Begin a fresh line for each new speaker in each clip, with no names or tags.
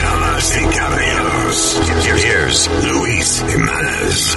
Damas y caballeros, here's Luis Jimenez.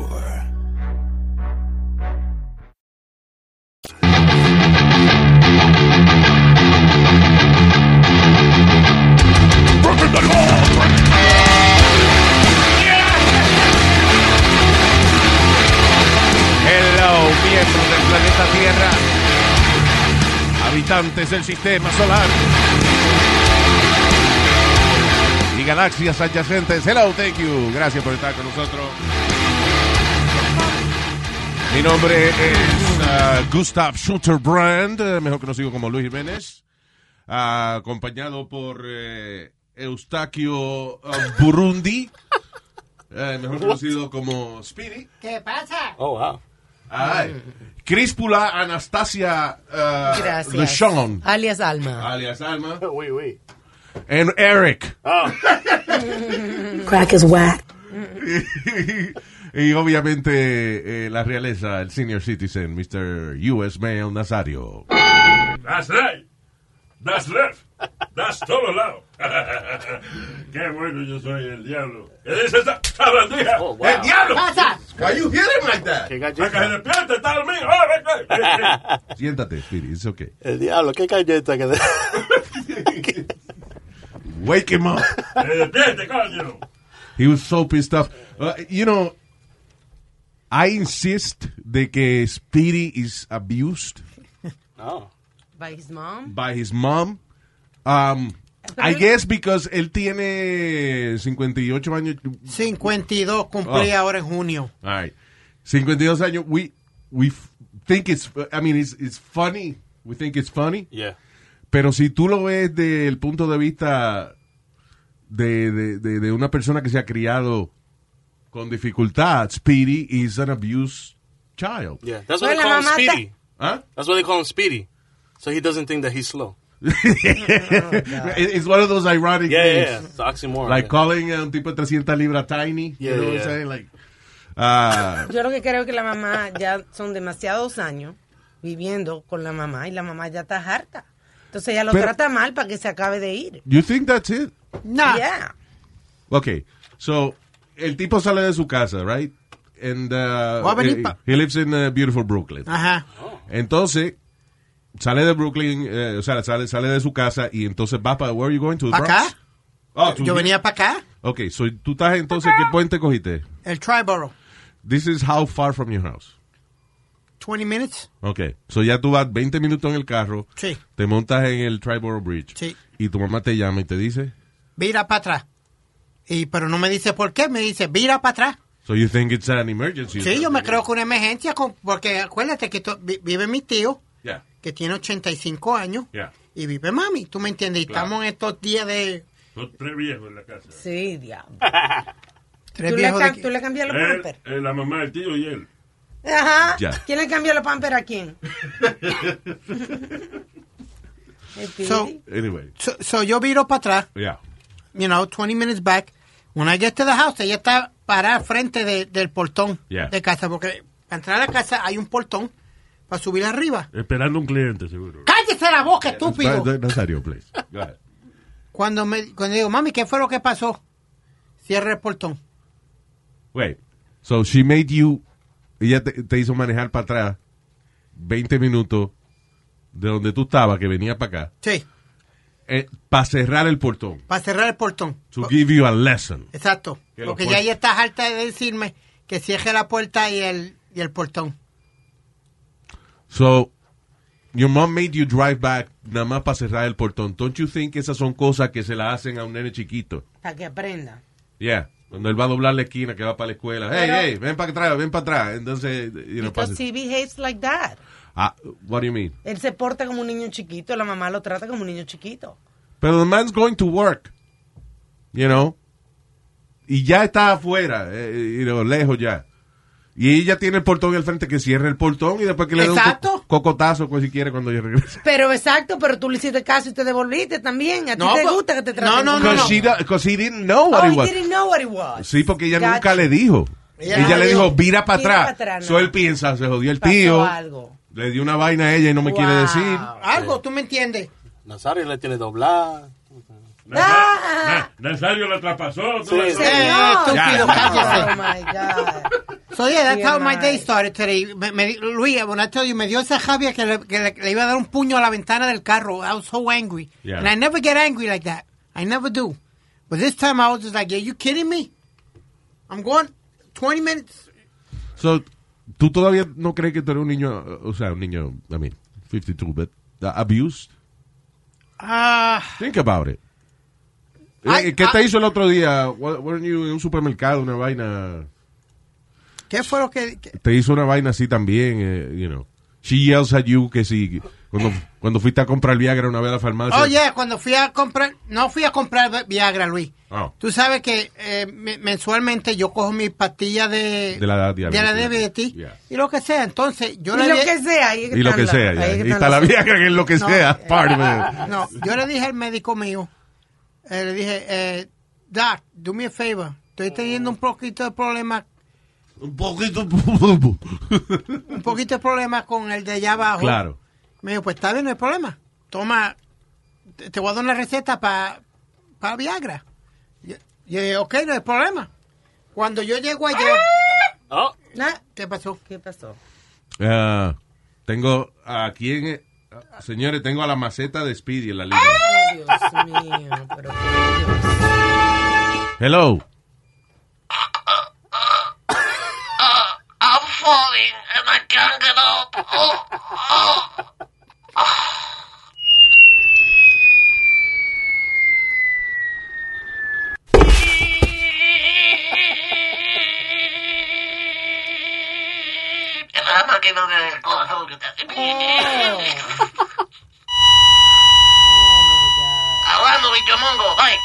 Hello, miembros del planeta Tierra, habitantes del sistema solar y galaxias adyacentes. Hello, thank you. Gracias por estar con nosotros. Mi nombre es ah, Gustav Schulterbrand, eh, mejor conocido como Luis Jiménez, ah, acompañado por eh, Eustaquio ah, Burundi, eh, mejor conocido como Speedy.
¿Qué pasa?
Ay. Críspula Anastasia uh,
Gracias. Ah.
Lechon,
Alias Alma.
alias Alma. And Eric.
Crack is whack.
y obviamente eh, la realeza, el senior citizen, Mr. U.S. Mail Nazario.
That's right. That's left. That's todo lado. Qué bueno yo soy el diablo. ¿Qué dice esa sabandija? ¡El diablo!
¡Pasa!
Why you hit him like that?
¡Para que se despierte, está dormido! ¡Oh, ven, ven!
Siéntate, Speedy, it's okay.
El diablo, qué galleta que
Wake him up.
¡Que ¡Se despierte, coño!
He was so pissed off. Uh, you know, I insist de que Speedy is abused
Oh,
By his mom.
by his mom. Um, I guess because él tiene 58 años.
52 cumplí
Oh.
ahora en junio.
All right. 52 años. We, we f- think it's, I mean, it's, it's funny. We think it's funny.
Yeah.
Pero si tú lo ves desde el punto de vista de, de, de, de una persona que se ha criado con dificultad, Speedy is an abused child. ¿Ah?
Yeah. That's
Well,
why they call him
mamá te-
Speedy.
Huh?
That's why they call him Speedy. So he doesn't think that he's slow.
It- It's one of those ironic
Yeah, yeah,
things.
yeah. It's an oxymoron.
Like
yeah.
calling a un tipo de 300 libras tiny.
Yeah,
you know
yeah,
what I'm
yeah.
saying? Like, ah,
Yo lo que creo que la mamá ya son demasiados años viviendo con la mamá y la mamá ya está harta. Entonces ella lo
Pero-
trata mal para que se acabe de ir.
you think that's it?
Nah.
Yeah.
Okay, so el tipo sale de su casa, right? And uh,
Va a venir pa-
he lives in uh, beautiful Brooklyn.
Ajá.
Entonces sale de Brooklyn, eh, o sea, sale, sale de su casa y entonces va para where are you going to the
¿Para
Bronx?
acá?
Oh, to-
Yo venía para acá,
Okay, so tú estás entonces qué puente cogiste?
el Triborough.
This is how far from your house.
20 minutes.
Okay, so ya tú vas 20 minutos en el carro,
Sí.
te montas en el Triborough Bridge
Sí.
y tu mamá te llama y te dice,
Vira para atrás. Y, pero no me dice por qué, me dice, vira para atrás.
so you think it's an emergency?
Sí, yo me creo que una emergencia, con- porque acuérdate que to- vi- vive mi tío,
Yeah,
que tiene 85 años,
yeah.
y vive mami, tú me entiendes, y estamos en estos días de
Son tres viejos en la casa.
Sí, diablo.
tres
¿Tú le,
viejos de
cam-
que-
tú le cambias los
Él,
pampers?
eh, la mamá, el tío y él.
Ajá.
Ya.
¿Quién le cambió los pampers a quién? Speedy.
So-
Anyway,
So, so yo viro para atrás,
yeah.
you know, 20 minutes back. When I get to the house, ella está parada frente de- del portón
Yeah.
de casa, porque para entrar a la casa hay un portón para subir arriba.
Esperando un cliente, seguro.
¡Cállese la boca, estúpido!
Right, Nazario, please. Go ahead.
Cuando me cuando digo, mami, ¿qué fue lo que pasó? Cierra el portón.
Wait. So she made you. Ella te, te hizo manejar para atrás 20 minutos de donde tú estabas, que venía para acá, eh,
Sí,
para cerrar el portón.
para cerrar el portón.
To give you a lesson.
Exacto.
Que lo
Porque
puer-
ya ella está harta de decirme que cierre la puerta y el, y el portón.
So, your mom made you drive back nada más para cerrar el portón. Don't you think esas son cosas que se las hacen a un nene chiquito?
Para que aprenda.
Yeah. Cuando él va a doblar la esquina, que va para la escuela. Hey,
Pero-
hey, ven para atrás, ven para atrás. Entonces, you know, pasa-
Because he behaves like that.
Ah, what do you mean?
Él se porta como un niño chiquito, la mamá lo trata como un niño chiquito.
Pero the man's going to work. You know? Y ya está afuera, eh, you know, lejos ya. Y ella tiene el portón al frente que cierre el portón y después que le dé un co-
Exacto.
cocotazo pues, si quiere cuando ella regrese.
Pero exacto, pero tú le hiciste caso y te devolviste también. A ti
No,
te
but-
gusta que te
no,
traten como-
no, no,
Because
no.
she do- because he didn't know what
Oh,
it was.
he didn't know what it was.
Sí, porque ella
Gotcha.
nunca le dijo.
Ella
ella
no
le
le
dijo,
dijo,
vira para
"Vira
atrás.
pa' atrás",
So
no.
él piensa, se jodió el
Pasó
tío.
algo.
Le dio una vaina a ella y no me
Wow.
quiere decir.
Algo, ¿tú me entiendes?
Nazario le tiene doblada.
Ah,
Na- Nazario la traspasó. tú
Sí.
la-
Sí.
Eh, estúpido,
oh
cállese.
my God.
So yeah, that's
Bien
how my
mal.
day started today. Me, me, di- Luis, when I tell you, me dio esa rabia que, le, que le, le iba a dar un puño a la ventana del carro. I was so angry.
Yeah.
And I never get angry like that. I never do. But this time I was just like, are you kidding me? I'm going 20 minutes.
So, ¿Tú todavía no crees que tú eres un niño, eh, o sea, un niño, I mean, 52, but uh, abused?
Ah,
Think about it.
I-
Eh, ¿Qué te
ah.
I-
hizo el otro día? Wa- Weren't you en un supermercado, una vaina?
¿Qué fue lo que...? que-
Te hizo una vaina así también, eh, you know. She yells at you que si, cuando, cuando fuiste a comprar Viagra una vez a la farmacia.
Oh, yeah, cuando fui a comprar... No fui a comprar Viagra, Luis.
Oh.
Tú sabes que eh, me- mensualmente yo cojo mis pastillas de...
De la diabetes.
De la diabetes.
Yeah.
Y lo que sea. Entonces, yo le
Y lo
di-
que sea. ahí
Y lo
están
que
la-
sea, ya.
ahí
Y
están
está la
las- eh,
vieja que es lo que
No.
sea. Part
ah,
of it.
No, yo le dije al médico mío, eh, le dije, eh, Doc, do me a favor, estoy teniendo un poquito de problema,
Un poquito. bu- bu- bu-
un poquito de problema con el de allá abajo.
Claro.
Me dijo, pues está bien, no hay problema. Toma, te, te voy a dar una receta para pa Viagra. Yo, yo dije, ok, no hay problema. Cuando yo llego allá, ¿eh?
Oh,
Nah,
¿qué pasó?
¿Qué pasó?
Ah, tengo aquí en. eh, Señores, tengo a la maceta de Speedy en la línea.
Oh, Dios mío, pero por Dios.
Hello.
I'm falling and I can't get up. Oh, oh. I'm not getting over it. Oh, I told you that.
Oh,
Hablando with your mongo, bye.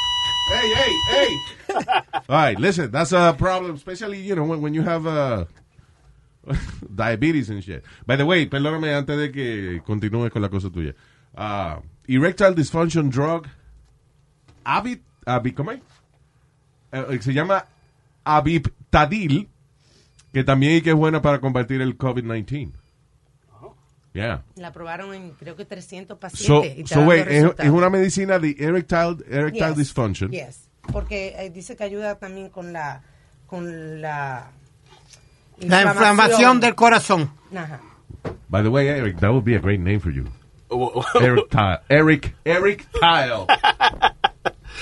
Hey, hey, hey. All right, listen, that's a problem, especially, you know, when, when you have uh, diabetes and shit. By the way, perdóname antes de que continúes con la cosa tuya. Ah, erectile dysfunction drug, Abit, Abit, ¿cómo es? Eh, se llama Abiptadil, que también y que es buena para combatir el COVID-19.
Oh.
Yeah.
my God. La probaron en creo que 300
So,
pacientes. y está
so
dando
wait, es,
resultado.
es una medicina de erectile, erectile
Yes,
dysfunction.
yes. Porque eh, dice que ayuda también con la. con la.
La inflamación del corazón.
Ajá.
By the way, Eric, that would be a great name for you.
oh, oh.
Eric Tile. Eric, Eric Tile.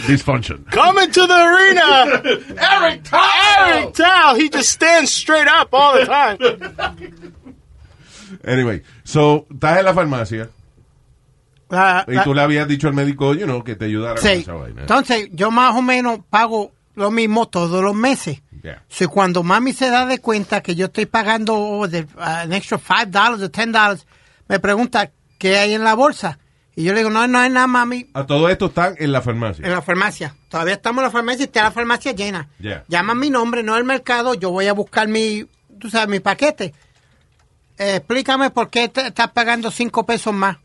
Dysfunction.
Coming to the arena.
Eric Tile!
Eric Tal, he just stands straight up all the time.
Anyway, so, estás en la farmacia
La-
y
Ah.
la-
tú le habías dicho al médico, you know, que te ayudara con
Sí.
esa vaina.
Entonces, yo más o menos pago lo mismo todos los meses.
Yeah.
So, cuando mami se da de cuenta que yo estoy pagando oh, de, uh, an extra $5 o $10, me pregunta qué hay en la bolsa. Y yo le digo, no, no hay nada, mami,
A todo esto están en la
en
farmacia.
la farmacia. Todavía estamos en la farmacia y está la farmacia llena.
Yeah.
Llama mi nombre, no el mercado, yo voy a buscar mi, tú sabes, mi paquete. Eh, explícame por qué te- estás pagando 5 pesos más.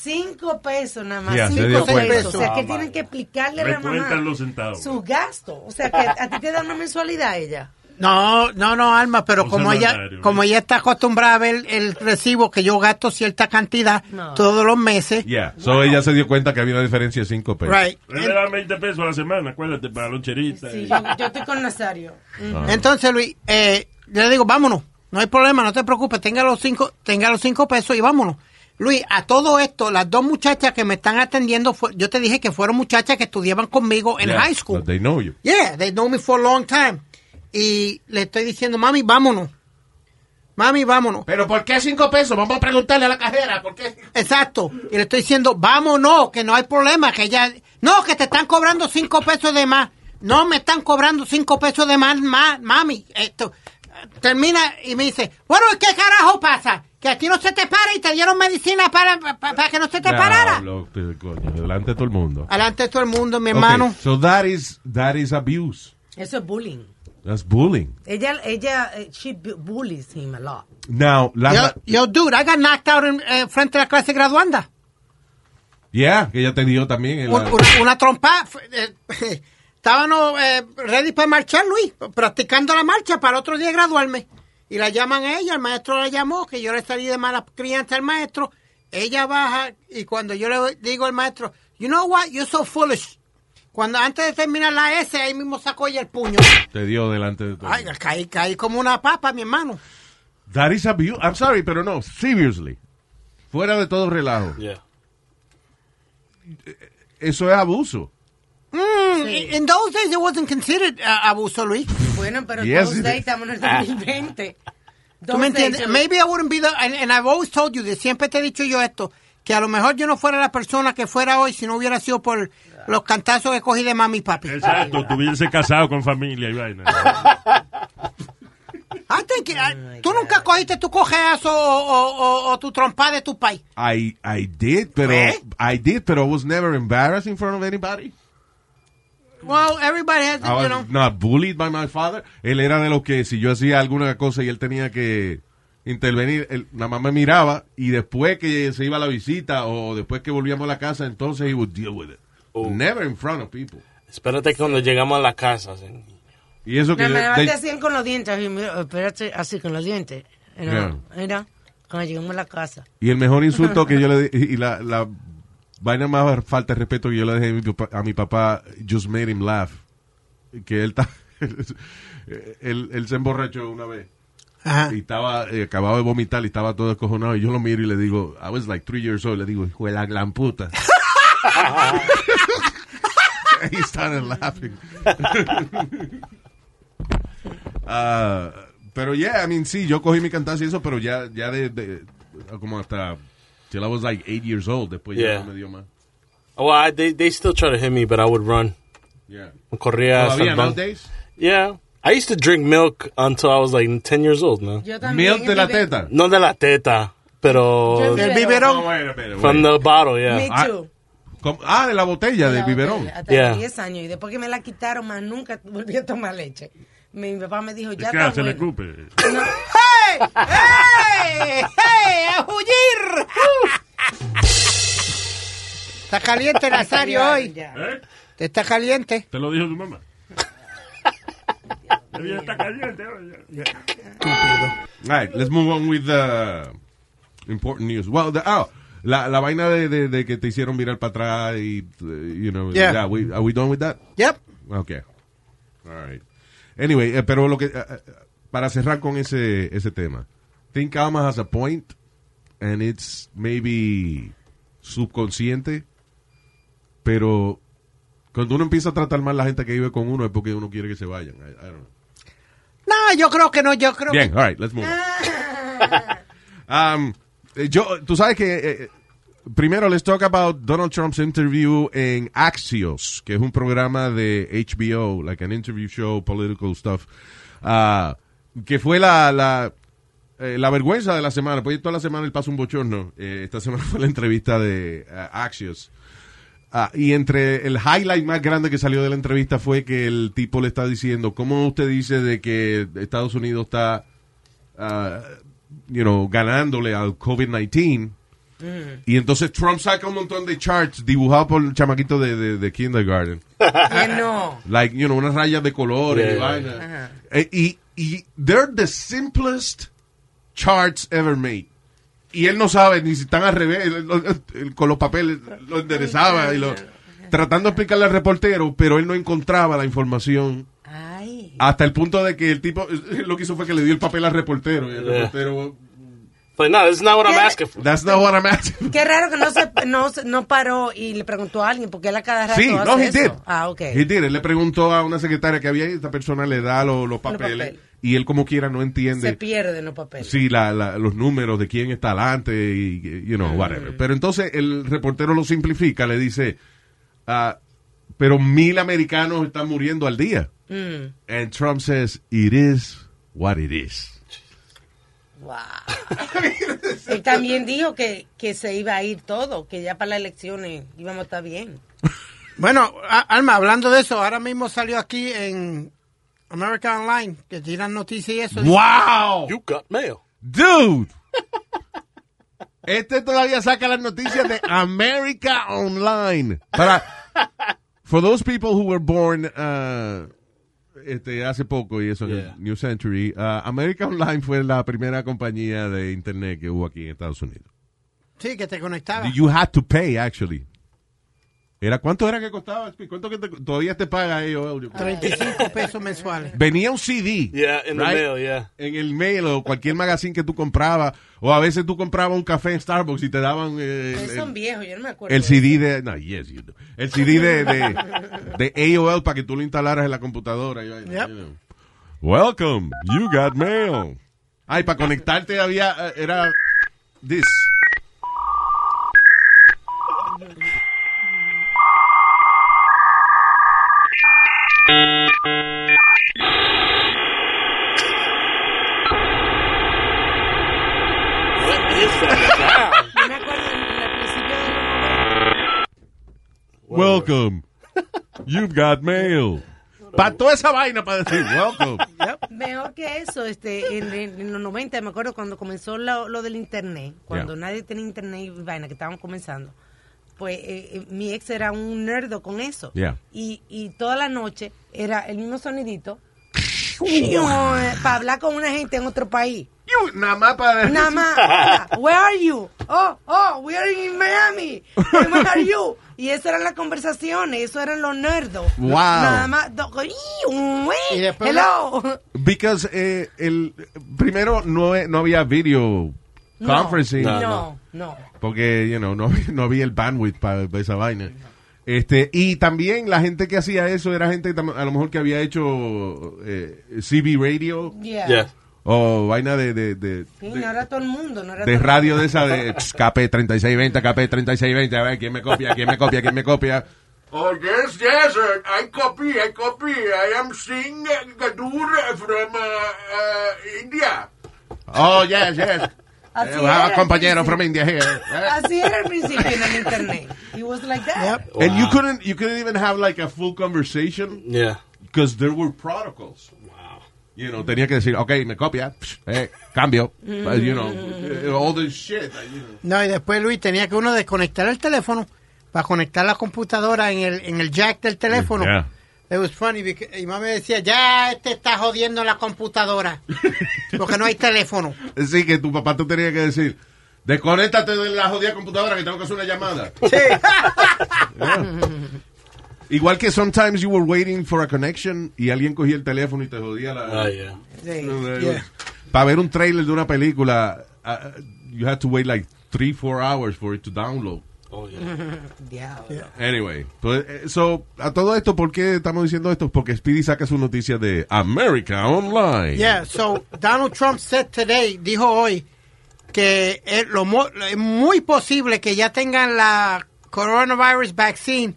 Cinco pesos nada más.
Ya, se dio
cinco
cuenta.
pesos. O sea,
Ah,
que
madre.
tienen que explicarle a la mamá
Recuentan los centavos.
su gasto. O sea, que a ti te dan una mensualidad a ella.
No, no, no, Alma, pero
Un
como ella,
salario, ¿eh?
como ella está acostumbrada a ver el recibo que yo gasto cierta cantidad
No.
todos los meses,
Yeah. So, ella se dio cuenta que había una diferencia de 5 pesos.
right?
Le da 20 pesos a la semana, acuérdate, para loncherita.
Sí,
y-
Ah.
yo, yo estoy con Nazario. Mm.
Entonces, Luis, eh, yo le digo, vámonos, no hay problema, no te preocupes, tenga los cinco, tenga los cinco pesos y vámonos. Luis, a todo esto, las dos muchachas que me están atendiendo, fue- yo te dije que fueron muchachas que estudiaban conmigo en
Yeah,
high school.
but they know you.
Yeah, they know me for a long time. Y le estoy diciendo, mami, vámonos. Mami, vámonos.
Pero ¿por qué cinco pesos? Vamos a preguntarle a la cajera. ¿Por qué?
Exacto. Y le estoy diciendo, vámonos, que no hay problema, que ya... No, que te están cobrando cinco pesos de más. No, me están cobrando cinco pesos de más, ma- mami. Esto termina y me dice, bueno, ¿y ¿qué carajo pasa? Que a ti no se te para y te dieron medicina para, pa- para, que no se te parara.
Diablo, te- coño, delante de todo el mundo.
Adelante de todo el mundo, mi hermano.
Okay, so that is, that is abuse.
Eso es bullying.
That's bullying.
Ella, ella, eh, she bu- bullies him a lot.
Now, la,
Yo, yo, dude, I got knocked out en, eh, frente a la clase graduanda.
yeah, que ella te dio también. en la-
Un- un- una trompa. fue- eh, Estábamos eh, ready para marchar, Luis, practicando la marcha para otro día graduarme. Y la llaman a ella, el maestro la llamó, que yo le salí de mala crianza al maestro. Ella baja y cuando yo le digo al maestro, you know what, you're so foolish. Cuando antes de terminar la S, ahí mismo sacó ella el puño.
te dio delante de todo. el
Ay,
mundo.
caí, caí como una papa, mi hermano.
That is abuse. I'm sorry, pero no, seriously. Fuera de todo relajo.
Yeah.
Eso es abuso.
Mm, In those days it wasn't considered uh, abuso, Luis.
Bueno, pero
Yes,
todos
it
ahí
is. Ah.
estamos en el 2020.
¿Tú me entiendes? Maybe I wouldn't be the, and, and I've always told you this, siempre te he dicho yo esto, que a lo mejor yo no fuera la persona que fuera hoy si no hubiera sido por los cantazos que cogí de mami y papi.
Exacto, tuviese casado con familia y vaina.
I think, I- tú nunca cogiste tu cojeazo o, o- o- o tu trompa de tu país.
I, I did, pero
¿Eh?
I did, pero I was never embarrassed in front of anybody.
Well, everybody has,
I
you
was
know.
not Ah, bullied by my father. Él era de los que si yo hacía alguna cosa y él tenía que intervenir, él- la mamá me miraba y después que se iba a la visita o después que volvíamos a la casa, entonces he would deal with it.
Oh.
Never in front of people.
Espérate que cuando llegamos a la casa. se-
Y eso que
No,
yo-
me
they-
levanté así con los dientes. Y mira, espérate, así con los dientes. Era,
Yeah.
era cuando llegamos a la casa.
Y el mejor insulto que yo le di, y la, la vaina más falta de respeto que yo le dejé a mi papá, a mi papá, just made him laugh. Que él, ta- él, él se emborrachó una vez
Ajá.
y estaba, eh, acababa de vomitar y estaba todo descojonado. Y yo lo miro y le digo, I was like three years old, le digo, hijo de la gran puta. He started laughing. Ah, pero yeah, I mean, sí, yo cogí mi cantazo y eso, pero ya, ya de, de- como hasta, till I was like eight years old, después ya
Yeah.
no me dio más.
Well, I, they, they still try to hit me, but I would run.
Yeah.
Corría hasta
Todavía
el banco.
nowadays,
Yeah. I used to drink milk until I was like 10 years old, man.
Yo
milk de la
vive-
teta.
No de la teta, pero
Yo-
El
No,
biberón.
wait a minute,
from
wait.
the bottle,
Me
yeah.
too.
¿Cómo? Ah, de la botella, del
La
biberón.
botella, Hasta
Yeah.
los 10 años. Y después que me la quitaron, más nunca volví a tomar leche. Mi papá me dijo, ya
¿Qué
está
hace? Le
bueno.
escupe.
No.
¡Hey! ¡Hey! ¡Hey! ¡A huir! Está caliente, Nazario, hoy.
Ya.
¿Eh?
Está caliente.
¿Te lo dijo tu mamá? Ella está caliente. oye.
All right, let's move on with the important news. Well, the, oh, la, la vaina de, de, de que te hicieron mirar para atrás y, uh, you know,
Yeah.
yeah, we, are we done with that?
Yep.
Okay. All right. Anyway, eh, pero lo que, eh, eh, para cerrar con ese, ese tema, think Alma has a point, and it's maybe subconsciente, pero cuando uno empieza a tratar mal a la gente que vive con uno es porque uno quiere que se vayan. I, I don't know.
No, yo creo que no, yo creo que...
Bien, all right, let's move on. Um, eh, yo, tú sabes que eh, eh, primero let's talk about Donald Trump's interview en Axios, que es un programa de HBO, like an interview show, political stuff, ah, que fue la, la, eh, la vergüenza de la semana. Pues toda la semana él pasa un bochorno. Eh, esta semana fue la entrevista de ah, Axios. Ah, y entre el highlight más grande que salió de la entrevista fue que el tipo le está diciendo, ¿cómo usted dice de que Estados Unidos está, ah, you know, ganándole al COVID-19? Y entonces Trump saca un montón de charts dibujados por un chamaquito de, de- de kindergarten.
Que no.
Like, you know, unas rayas de colores y
Yeah.
vaina.
Ajá.
Eh, y, y they're the simplest charts ever made. Y él no sabe ni si están al revés, él- él- él con los papeles lo enderezaba y lo tratando de explicarle al reportero, pero él no encontraba la información
Ay.
eh, hasta el punto de que el tipo eh, lo que hizo fue que le dio el papel al reportero y el
Yeah.
reportero
But no, that's not what I'm
Yeah.
asking for.
That's not what I'm asking.
Qué raro que no se no, se- no paró y le preguntó a alguien porque él a cada rato
Sí,
hace
no, he
eso.
did.
Ah, ok.
He did. Él le preguntó a una secretaria que había ahí, esta persona le da lo- los papeles
papeles.
y él como quiera no
se
entiende
pierden los papeles.
sí, la- la- los números de quién está adelante y, you know, whatever. Pero entonces el reportero lo simplifica, le dice, ah, pero mil americanos están muriendo al día.
Mm,
And Trump says, it is what it is.
wow. él también dijo que, que se iba a ir todo, que ya para las elecciones íbamos a estar bien.
Bueno, a- Alma, hablando de eso, ahora mismo salió aquí en America Online, que tiran noticias y eso.
¡Wow!
You got mail.
Dude. Este todavía saca las noticias de America Online. Para For those people who were born uh, este, hace poco y eso en
Yeah.
el New Century, uh, America Online fue la primera compañía de internet que hubo aquí en Estados Unidos.
Sí, que te conectaba.
You had to pay actually. Era cuánto era que costaba? ¿Cuánto que te- todavía te paga ellos?
35 pesos mensuales.
Venía un CD.
Yeah, in the
right?
mail, yeah.
en el mail o cualquier magazine que tú comprabas, o a veces tú comprabas un café en Starbucks y te daban eh,
Ustedes son
el,
viejos, yo no me acuerdo.
el CD de, no, yes, you do. el CD de, de, de AOL para que tú lo instalaras en la computadora. y vaina,
Yep.
you know. Welcome, you got mail. Ay, para conectarte había, eh, era this.
Yo me acuerdo en el principio de los 90.
What is that sound?
Welcome, you've got mail. Para toda esa vaina para decir welcome.
Mejor que eso, este, en, en- en los 90 me acuerdo cuando comenzó lo, lo del internet, cuando
Yeah.
nadie tenía internet y vaina que estaban comenzando, pues eh, eh, mi ex era un nerdo con eso.
Yeah.
Y, y toda la noche era el mismo sonidito para hablar con una gente en otro país.
You, nada más para
Nada más, hola, where are you? Oh, oh, we are in Miami. Where are you? Y esas eran las conversaciones, eso eran los nerdos.
Wow.
Nada más, do-
Y después-
hello.
Because eh, el primero no, no había video conferencing
No, no. no.
porque you know, no, había- no había el bandwidth para esa vaina. Este, y también la gente que hacía eso era gente tam- a lo mejor que había hecho eh, CB radio
Yeah.
Yeah.
o vaina de, de, de,
Sí,
de-
no era todo el mundo, no era
de
todo el
radio de esa de "Ps, KP 3620, KP 3620, a ver quién me copia, quién me copia, quién me copia.
Oh, yes, yes, uh, I copy, I copy. I am seeing uh, Gadur from uh, uh, India.
Oh, yes, yes.
Así
Eh,
era,
compañero
sí.
from India here. Eh.
Así era al principio en el internet. It was like that.
And you couldn't you couldn't even have like a full conversation
Yeah.
because there were protocols.
Wow.
You know, tenía que decir, okay, me copia, psh, eh, cambio,
Mm.
But, you know, eh, all this shit. eh, you know.
No, y después Luis tenía que uno desconectar el teléfono para conectar la computadora en el, en el jack del teléfono.
Yeah.
It was funny because- y mami decía, ya este está jodiendo la computadora porque no hay teléfono.
Así que tu papá te tenía que decir, desconéctate de la jodida computadora que tengo que hacer una llamada. Yeah. Igual que sometimes you were waiting for a connection y alguien cogía el teléfono y te jodía la...
Oh, yeah.
Sí.
Yeah.
Para ver un trailer de una película, ah, you had to wait like three, four hours for it to download.
Oh, yeah.
Diablo.
Anyway, pues, eh, so, a todo esto, ¿por qué estamos diciendo esto? Porque Speedy saca su noticia de America Online.
Yeah, so Donald Trump said today, dijo hoy, que es, lo, mo- es muy posible que ya tengan la coronavirus vaccine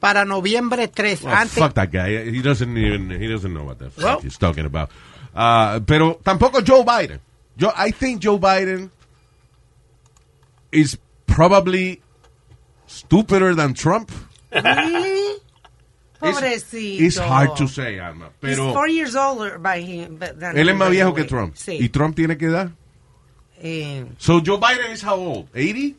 para noviembre 3.
Well,
antes,
Oh, Ah, fuck that guy. He doesn't even, he doesn't know what the fuck
Well-
he's talking about. Ah, pero tampoco Joe Biden. Yo, I think Joe Biden is probably stupider than Trump.
Really?
It's-
Pobrecito.
It's hard to say, Alma.
He's
Pero
four years older by him, but than
él es más
by
viejo
the way.
que Trump.
Sí.
¿Y Trump tiene que edad?
Eh,
So Joe Biden is how old? 80?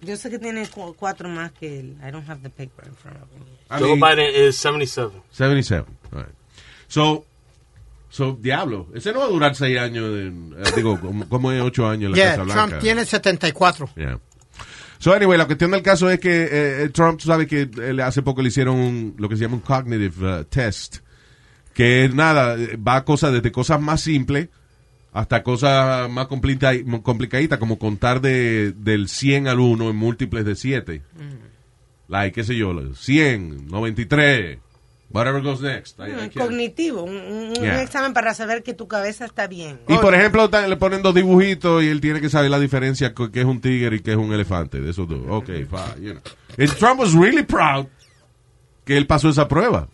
yo sé que tiene cu- cuatro más que él. I don't have the paper in front of me.
I
Joe
mean-
Biden is 77.
77. All right. So, so, diablo. Ese no va a durar seis años. en- eh, digo, como, como es ocho años en la
yeah,
Casa Blanca.
Trump tiene 74.
Yeah. So, anyway, la cuestión del caso es que eh, eh, Trump, tú sabes que eh, le- hace poco le hicieron un- lo que se llama un cognitive uh, test. Que es nada, eh, va a cosas desde cosas más simples hasta cosas más complica- complicaditas, como contar de, del 100 al 1 en múltiples de 7. Like, qué sé yo, 100, 93, whatever goes next. I- I
Mm,
can't-
Cognitivo, un, un- un
Yeah.
examen para saber que tu cabeza está bien.
Y por ejemplo, ta- le ponen dos dibujitos y él tiene que saber la diferencia co- que es un tigre y que es un elefante. De esos dos. Ok, fine. you know. And Trump was really proud que él pasó esa prueba.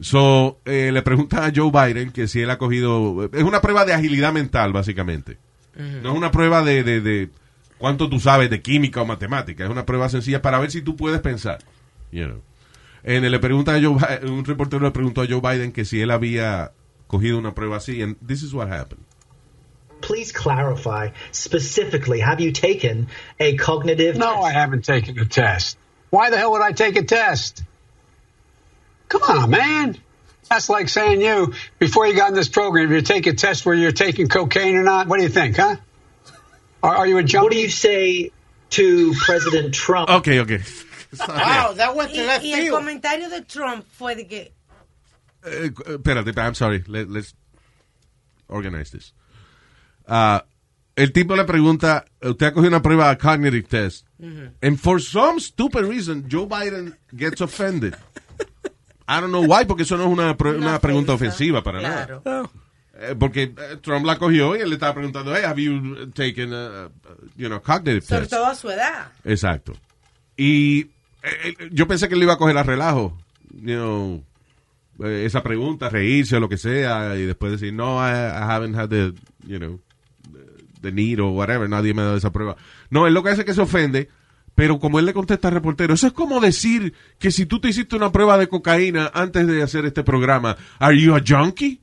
So, eh, le preguntan a Joe Biden que si él ha cogido. Es una prueba de agilidad mental, básicamente. No es una prueba de, de- de cuánto tú sabes de química o matemática. Es una prueba sencilla para ver si tú puedes pensar. You know. En el- Eh, le pregunta a Joe Bi- eh, un reportero le preguntó a Joe Biden que si él había cogido una prueba así. And this is what happened.
Please clarify specifically. Have you taken a cognitive? No, I haven't taken a test.
Why the hell would I take a test? Come on, man. That's like saying you, before you got in this program, you take a test where you're taking cocaine or not. What do you think, huh? Are, are you a junkie? What do you say to President Trump?
Okay, okay.
Wow, that went
Y,
to left
y el
field.
comentario de Trump fue de que
Eh, cu- espérate, I'm sorry. Let- let's organize this. Ah, el tipo le pregunta, usted ha cogido una prueba cognitive test. And for some stupid reason, Joe Biden gets offended. I don't know why, porque eso no es una, pre- una pregunta ofensiva para
Claro.
nada. Eh, Porque eh, Trump la cogió y él le estaba preguntando, hey, have you taken a, a- you know, cognitive
sobre
test?
todo a su edad.
Exacto. Y eh, eh, yo pensé que le iba a coger a relajo, you know, eh, esa pregunta, reírse o lo que sea, y después decir, no, I, I haven't had the, you know, the need o whatever, nadie me ha dado esa prueba. No, es lo que hace que se ofende, pero como él le contesta al reportero, eso es como decir que si tú te hiciste una prueba de cocaína antes de hacer este programa, ¿are you a junkie?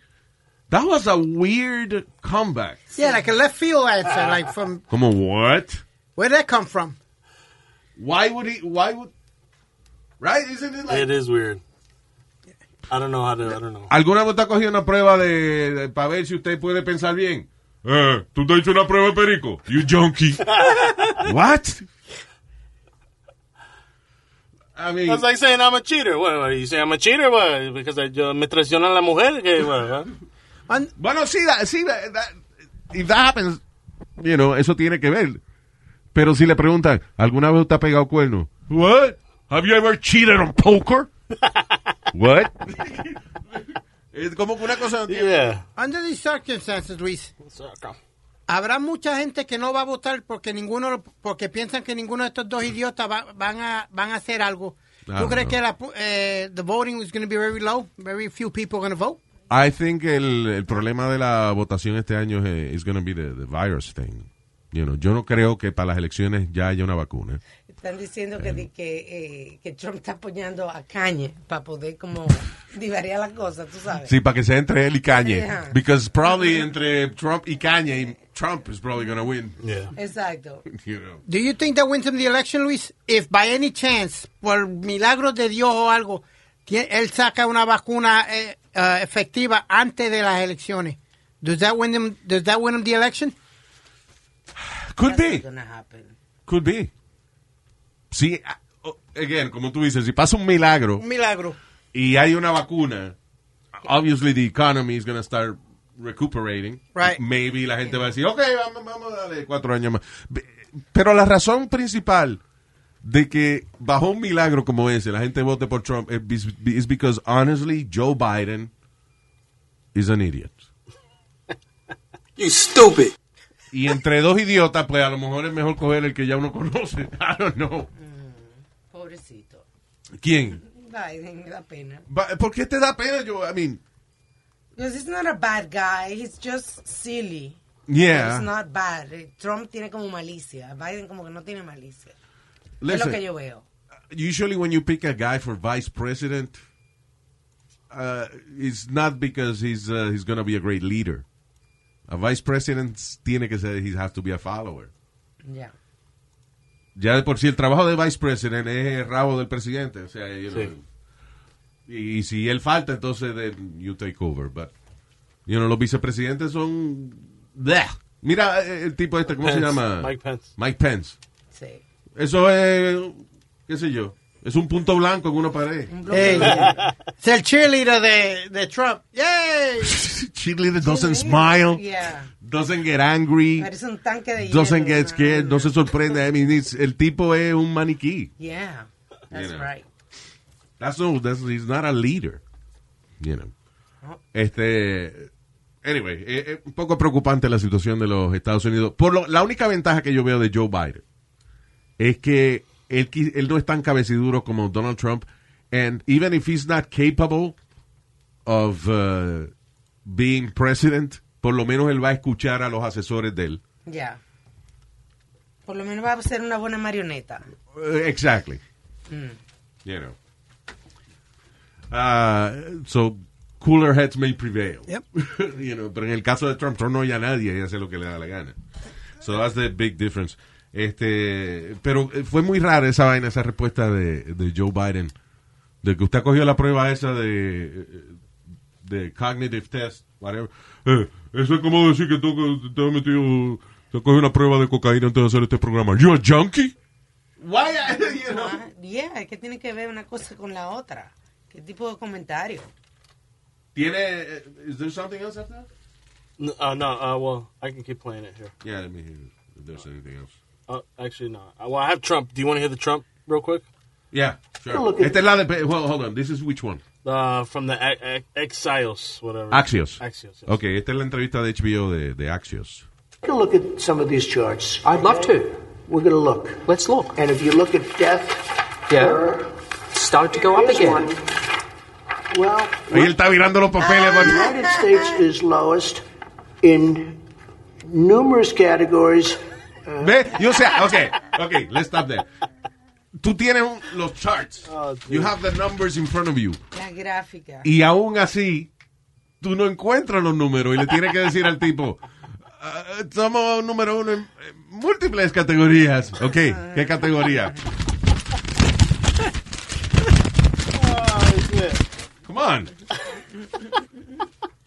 That was a weird comeback.
Yeah, like a left field answer, like from
Como, what?
where did that come from?
Why would he? Why would? Right? Isn't it
It is weird. I don't know how to. I don't know.
¿Alguna vez te ha cogido una prueba de, para ver si usted puede pensar bien? Eh, tú te has hecho una prueba de perico. You junkie. What? I mean,
That's like saying I'm a cheater. What, what, you say I'm a cheater? What? Because I, yo, me traiciona la mujer. Que, what, what?
bueno, sí, that, sí, that, that- if that happens, you know, eso tiene que ver. Pero si le preguntan, ¿alguna vez usted ha pegado cuerno? What? Have you ever cheated on poker? What? es como que una cosa...
Under these circumstances, Luis. Habrá mucha gente que no va a votar porque ninguno, porque piensan que ninguno de estos dos idiotas va- van a van a hacer algo.
Ah,
¿Tú crees
no.
que la pu- eh, the voting is going to be very low? Very few people going to vote.
I think el, el problema de la votación este año es is gonna be the, the virus thing. You know, yo no creo que para las elecciones ya haya una vacuna.
Están diciendo que, di- que, eh, que Trump está apoyando a Cañe para poder como divariar las cosas, tú sabes.
Sí, para que sea entre él y Kanye.
Ajá.
Because probably entre Trump y Kanye, Trump is probably gonna win.
Exacto.
You know.
Do you think that wins him the election, Luis? If by any chance, por milagros de Dios o algo, tie- él saca una vacuna eh, eh, efectiva antes de las elecciones. Does that win him? Does that win him the election?
Could be.
Gonna happen.
Could be. Sí, ah, oh, again, como tú dices, si pasa un milagro
Un milagro.
y hay una vacuna, obviously the economy is gonna start recuperating.
Right.
Maybe la gente va a decir, ok, vamos, vamos a darle cuatro años más. Be- Pero la razón principal de que bajo un milagro como ese la gente vote por Trump es bis- is because honestly Joe Biden is an idiot.
You stupid.
Y entre dos idiotas, pues a lo mejor es mejor coger el que ya uno conoce. I don't know.
Pobrecito.
¿Quién?
Biden, me da pena.
Ba- ¿Por qué te da pena, Joe? I mean,
Because he's not a bad guy, he's just silly.
Yeah.
He's not bad. Eh, Trump tiene como malicia. Biden como que no tiene malicia. es
Listen.
lo que yo veo.
usually when you pick a guy for vice president, uh, it's not because he's uh, he's gonna be a great leader. A vice president tiene que ser he has to be a follower.
Ya.
Ya de por sí el trabajo de vice president es el rabo del presidente, o sea, you know, y, y si él falta entonces then you take over, but you know, los vicepresidentes son Bleh. Mira eh, el tipo este, ¿cómo se
Pence,
llama?
Mike Pence.
Mike Pence.
Sí.
Eso es, qué sé yo, Es un punto blanco en una pared.
Ey, es el cheerleader de, de Trump. ¡Yay!
Cheerleader doesn't smile,
Yeah.
doesn't get angry,
Parece un tanque de hielo.
doesn't get scared, no se sorprende. I mean, it's- el tipo es un maniquí.
Yeah, that's
You know.
right.
That's no, that's, he's not a leader. You know. Este. Anyway, eh, eh, un poco preocupante la situación de los Estados Unidos. Por lo- la única ventaja que yo veo de Joe Biden es que él, qui- él no es tan cabeciduro como Donald Trump. And even if he's not capable of uh, being president, por lo menos él va a escuchar a los asesores de él.
Ya. Por lo menos va a ser una buena marioneta.
Eh, exactly.
Mm.
You know. Uh, so, cooler heads may prevail. you know, pero en el caso de Trump, Trump no oye a nadie y hace lo que le da la gana. So, that's the big difference. Este, pero eh, fue muy rara esa vaina, esa respuesta de, de Joe Biden. De que usted cogió la prueba esa de, eh, de cognitive test, whatever. Eh, eso es como decir que tú que te has metido, te has cogido una prueba de cocaína antes de hacer este programa. ¿You're a junkie? Why, you know?
Ah, Yeah, es que tiene que ver una cosa con la otra. ¿Qué tipo de comentario?
¿Tiene. eh, ¿Is there something else after that?
No, uh, no uh, well, I can keep playing it here.
Yeah, let me hear if there's anything else.
Uh, actually, no. Uh, Well, I have Trump. Do you want to hear the Trump real quick?
Yeah,
Oh,
sure.
look at-
Esta es la de. Well, hold on, this is which one?
Uh, from the a- a- Exios, whatever.
Axios.
Axios.
Ok, esta es la entrevista de HBO de, de Axios.
We're going to look at some of these charts. I'd love to. We're going to look. Let's look. And if you look at death, yeah, start to go up again. Well,
Ahí él está mirando los papeles.
the United States is lowest in numerous categories.
¿Ve? Yo sé, ok, ok, let's stop there. Tú tienes un- los charts.
Oh,
you have the numbers in front of you.
La gráfica.
Y aún así, tú no encuentras los números y le tienes que decir al tipo, "Ah, somos número uno en en múltiples categorías. Ok, ¿qué categoría? Come on.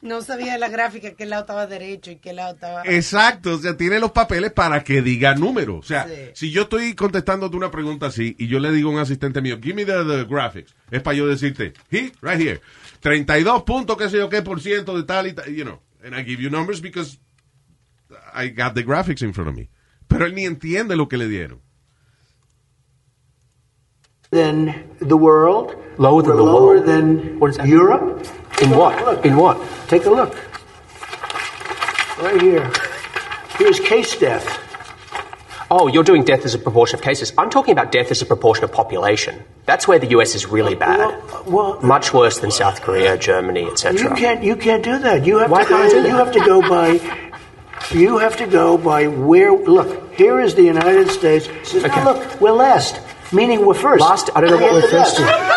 No sabía la gráfica qué lado estaba derecho y qué lado estaba.
Eh. Exacto, o sea, tiene los papeles para que diga número. O sea,
Sí.
si yo estoy contestándote una pregunta así y yo le digo a un asistente mío, give me the, the graphics, es para yo decirte, he, right here, 32 puntos, qué sé yo qué por ciento de tal y tal, you know, and I give you numbers because I got the graphics in front of me. Pero él ni entiende lo que le dieron.
than the world.
Lower than
We're
the
lower
world?
than Europe.
In
Take a
what?
look.
In what?
Take a look. Right here. Here's case death.
Oh, you're doing death as a proportion of cases. I'm talking about death as a proportion of population. That's where the US is really bad.
Well,
Much worse than South Korea, Germany,
Uh, you
etc.
can't you can't do that. You have
Why
to go,
can't I do that?
you have to go by you have to go by where look, here is the United States. Says, "Now
Okay.
look, we're last. Meaning we're first.
Last? I don't know what
After
we're first
that.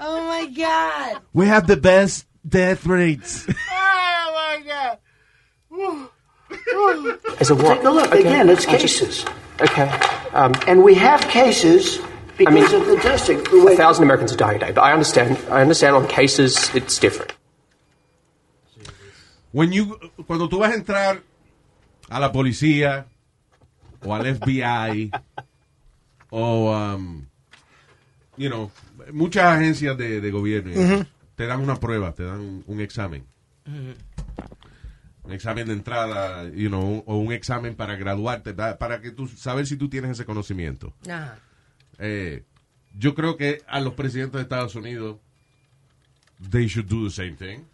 Oh my God.
We have the best death rates.
Oh my God.
As a what?
Take a look
Okay.
again. It's
I just-
cases,
Okay. Um,
and we have cases
I mean-
because of the testing.
a thousand Americans are dying a day, but I understand. I understand on cases it's different.
When you, cuando tú vas a entrar a la policía o al FBI o, um, you know, muchas agencias de, de gobierno
Ujú.
te dan una prueba, te dan un, un examen, un examen de entrada, you know, un- o un examen para graduarte, pa- para que tú saber si tú tienes ese conocimiento.
Ajá.
Eh, yo creo que a los presidentes de Estados Unidos they should do the same thing.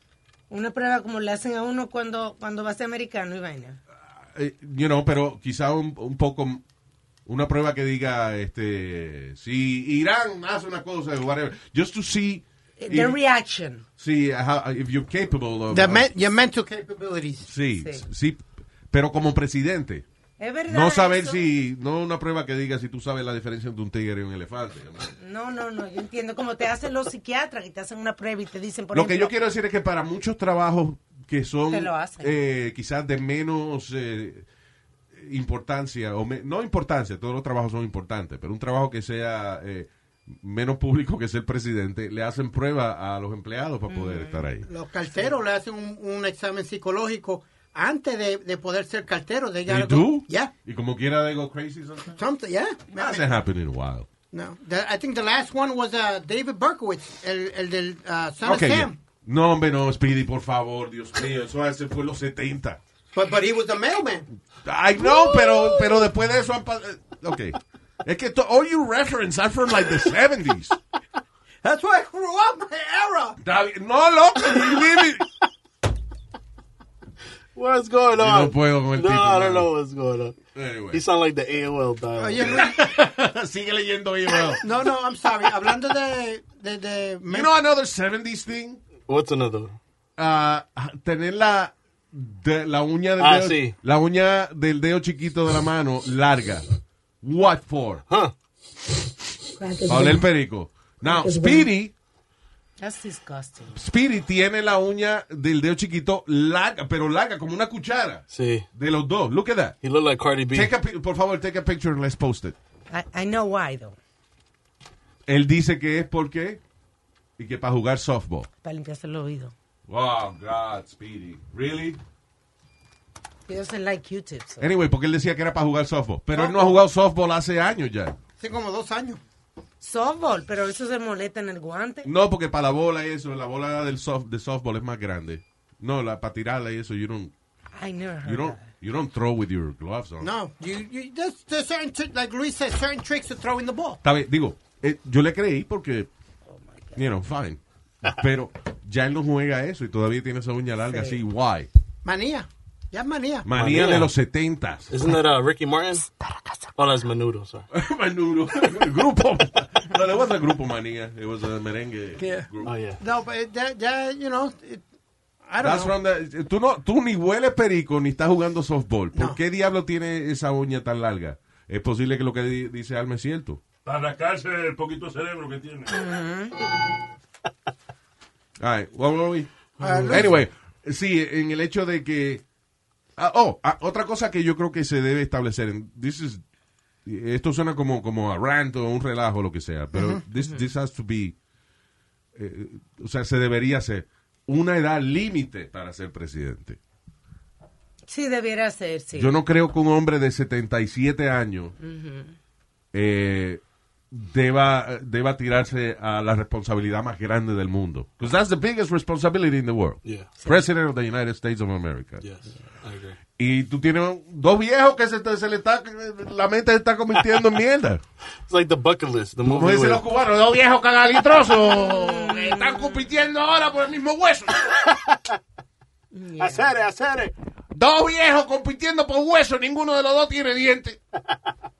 Una prueba como le hacen a uno cuando, cuando va a ser americano y vaina.
eh, you know, pero quizá un, un poco una prueba que diga este si Irán hace una cosa whatever just to see
Eh, The
if-
reaction.
see how- if you're capable of uh,
The men- your mental capabilities.
sí,
Sí.
sí pero como presidente
Es verdad.
No saber
eso?
si, no una prueba que diga si tú sabes la diferencia entre un tigre y un elefante.
No, no, no, yo entiendo. Como te hacen los psiquiatras que te hacen una prueba y te dicen, por
Lo que
ejemplo,
yo quiero decir es que para muchos trabajos que son
Te lo hacen.
eh, quizás de menos eh, importancia, o me- no importancia, todos los trabajos son importantes, pero un trabajo que sea eh, menos público que ser presidente, le hacen prueba a los empleados para poder estar ahí.
Los carteros le hacen un, un examen psicológico antes de, de poder ser cartero. They
¿Y
gotta
tú?
go- Yeah,
Y como quiera, they go crazy sometimes.
something, yeah.
Ah,
Hasn't happened in a while.
No, the- I think the last one was uh, David Berkowitz, el, el del uh, Son
Okay,
of
yeah.
Sam.
No, hombre, no, Speedy, por favor, Dios mío, eso hace fue en los 70.
But, but he was the mailman.
Ay, no, pero, pero después de eso han pasado. Ok. Es que to- all your references are from like the 70s.
That's why I grew up in the era.
Está bien. No, loco, you really-
What's going
Yo
on?
no puedo con el
No,
tipo,
I don't
mano.
know what's going on.
Anyway.
He sound like the AOL dial.
Oh,
Sigue leyendo email.
No, no, I'm sorry. Hablando de... de, de
You know another 70s thing?
What's another?
Ah, tener la, de- la uña del
Ah,
dedo,
sí.
la uña del dedo chiquito de la mano larga. What for? Para oler el perico. Now, Speedy,
That's disgusting.
Speedy tiene la uña del dedo chiquito larga, pero larga como una cuchara.
Sí.
De los dos. Look at that.
He looked like Cardi B.
Take a pi- por favor, take a picture and let's post it.
I, I know why, though.
Él dice que es porque y que para jugar softball.
Para limpiarse el oído.
Wow, Oh, God, Speedy. Really?
He doesn't like Q-tips. so-
Anyway, porque él decía que era para jugar softball, pero él no ha jugado softball hace años ya.
Hace como dos años.
Softball, pero eso se molesta en el guante.
No, porque para la bola y eso, la bola del soft, de softball es más grande. No, la para tirarla y eso, you don't,
I never
you
heard
don't, you don't throw with your gloves on.
No, you, you, there's, there's certain, tri- like Luis said, certain tricks to throwing the ball.
Está bien, digo, eh, yo le creí porque, you know, fine. Pero ya él no juega eso y todavía tiene esa uña larga
Sí.
así, why?
Manía. Ya es manía.
Manía, de los 70.
Isn't that uh, Ricky Martin? Oh, that's Menudo, sorry.
Menudo. grupo. No, it was a grupo manía. It was a merengue.
Yeah.
Oh,
group.
No, but it- that, that, you know, it, I don't
That's
know.
from the- tú, no, tú ni hueles perico ni estás jugando softball. ¿Por qué diablo tiene esa uña tan larga? Es posible que lo que di- dice Alma es cierto. Mm-hmm.
Para arrancarse el poquito cerebro que tiene.
All right, what were we?
Ah, no.
anyway, sí, en el hecho de que... ah, oh, ah, otra cosa que yo creo que se debe establecer. en- This is, esto suena como, como a rant o un relajo, lo que sea, pero this, this has to be... eh, o sea, se debería hacer una edad límite para ser presidente.
Sí, debiera ser, sí.
Yo no creo que un hombre de 77 años
Ujú.
eh, deba, deba tirarse a la responsabilidad más grande del mundo. Because that's the biggest responsibility in the world.
Yeah.
President of the United States of America.
Yes, I agree.
Y tú tienes dos viejos que se, te- se le está, la mente se está convirtiendo en mierda.
It's like the bucket list, the
Como
movie.
dicen los
With,
cubanos, dos viejos cagalitrosos que están compitiendo ahora por el mismo hueso.
Hacer, hacer.
Dos viejos compitiendo por hueso, ninguno de los dos tiene dientes. Ah,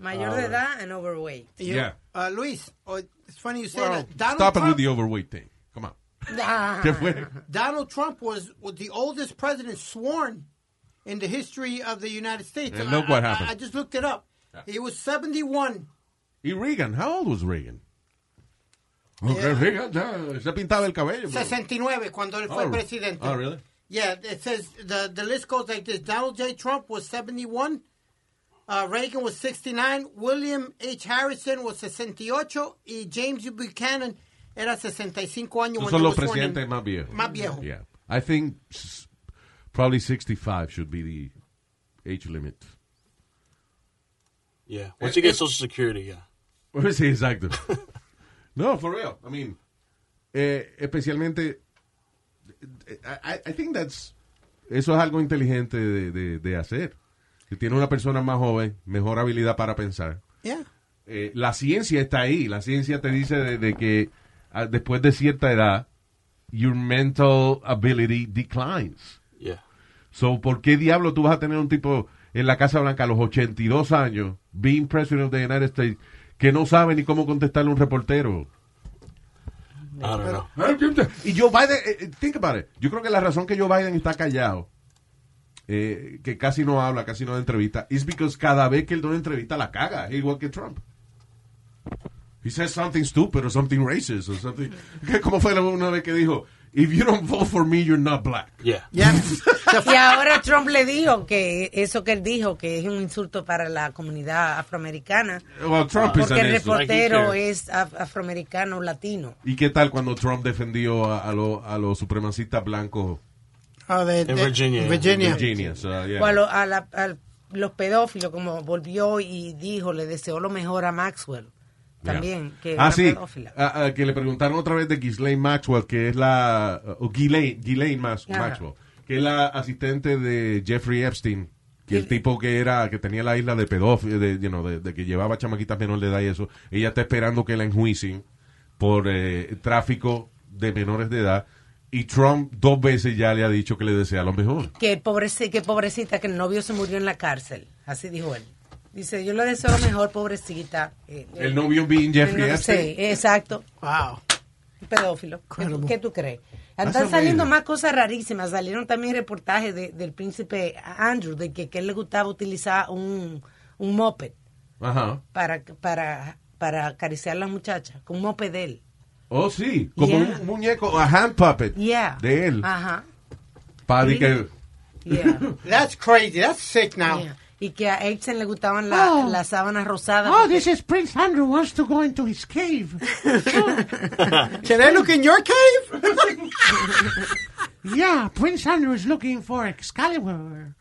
Mayor de edad and overweight.
You-
Yeah.
uh, Luis, oh, it's funny you say
Well,
that. Donald
Stop it with
Trump,
the overweight thing. Come on.
Ah.
¿Qué fue?
Donald Trump was, was the oldest president sworn in the history of the United States.
And look what
I- I-
happened.
I, just looked it up. He was 71.
¿Y Reagan? How old was Reagan?
Eh,
Okay, Reagan ya se pintaba el cabello. pero-
69 cuando él fue
Oh,
presidente.
oh, really?
Yeah, it says the the list goes like this: Donald J. Trump was 71, uh, Reagan was 69, William H. Harrison was 68 y James Buchanan era 65 años.
Esos
when
son
he
los
was sworn in.
presidentes más viejos.
Más viejos.
Yeah. I think s- probably 65 should be the age limit.
yeah. Once
Eh,
you get Social Security, yeah.
Sí, exacto. no, for real. I mean, eh, especialmente, eh, I, I think that's, eso es algo inteligente de, de- de hacer. Si tiene una persona más joven, mejor habilidad para pensar.
Yeah.
Eh, la ciencia está ahí. La ciencia te dice de, de que ah, después de cierta edad, your mental ability declines.
Yeah.
So, ¿por qué diablo tú vas a tener un tipo en la Casa Blanca a los 82 años, being president of the United States, que no sabe ni cómo contestarle a un reportero?
I don't know.
Y Joe Biden, eh, eh, think about it. Yo creo que la razón que Joe Biden está callado eh, que casi no habla, casi no da entrevista, is because cada vez que él da una entrevista la caga, igual que Trump. He says something stupid or something racist or something. ¿Qué- ¿Cómo fue la- una vez que dijo, if you don't vote for me, you're not black?
Yeah.
Y ahora Trump le dijo que eso que él dijo, que es un insulto para la comunidad afroamericana.
Well, Trump is
porque
an
el
asshole.
reportero es af- afroamericano latino.
¿Y qué tal cuando Trump defendió a, a los a los supremacistas blancos?
Ah, de- de- Virginia.
Virginia, so, yeah.
O a, lo- a la- a los pedófilos, como volvió y dijo, le deseó lo mejor a Maxwell. También,
Yeah.
que
ah,
era
sí.
pedófila.
Ah, ah, que le preguntaron otra vez de Ghislaine Maxwell, que es la. O Ghislaine, Ghislaine Mas-
Ajá.
Maxwell, que es la asistente de Jeffrey Epstein, que el tipo que era que tenía la isla de pedófilos, de, you know, de, de que llevaba chamaquitas menor de edad y eso. Ella está esperando que la enjuicien por eh, tráfico de menores de edad. Y Trump dos veces ya le ha dicho que le desea lo mejor.
Que, pobreci- que pobrecita, que el novio se murió en la cárcel. Así dijo él. Dice, yo le deseo lo mejor, pobrecita. Eh, eh,
El novio being Jeffrey
eh, no sé,
Epstein.
exacto. Wow. Pedófilo. ¿Qué, tú- qué tú crees? Están
amazing.
saliendo más cosas rarísimas. Salieron también reportajes de- del príncipe Andrew, de que, que él le gustaba utilizar un, un moped
Ajá.
para, para, para acariciar a las muchachas. Con un moped de él.
Oh, sí. Como
Yeah.
un muñeco, a hand puppet
Yeah. Ah.
de él.
Ajá.
Para de que.
That's crazy. That's sick now.
Y que a Edson le gustaban la-
Oh.
las sábanas rosadas.
Ah,
Oh,
porque-
this is Prince Andrew wants to go into his cave. Can I look in your cave?
yeah, Prince Andrew is looking for Excalibur.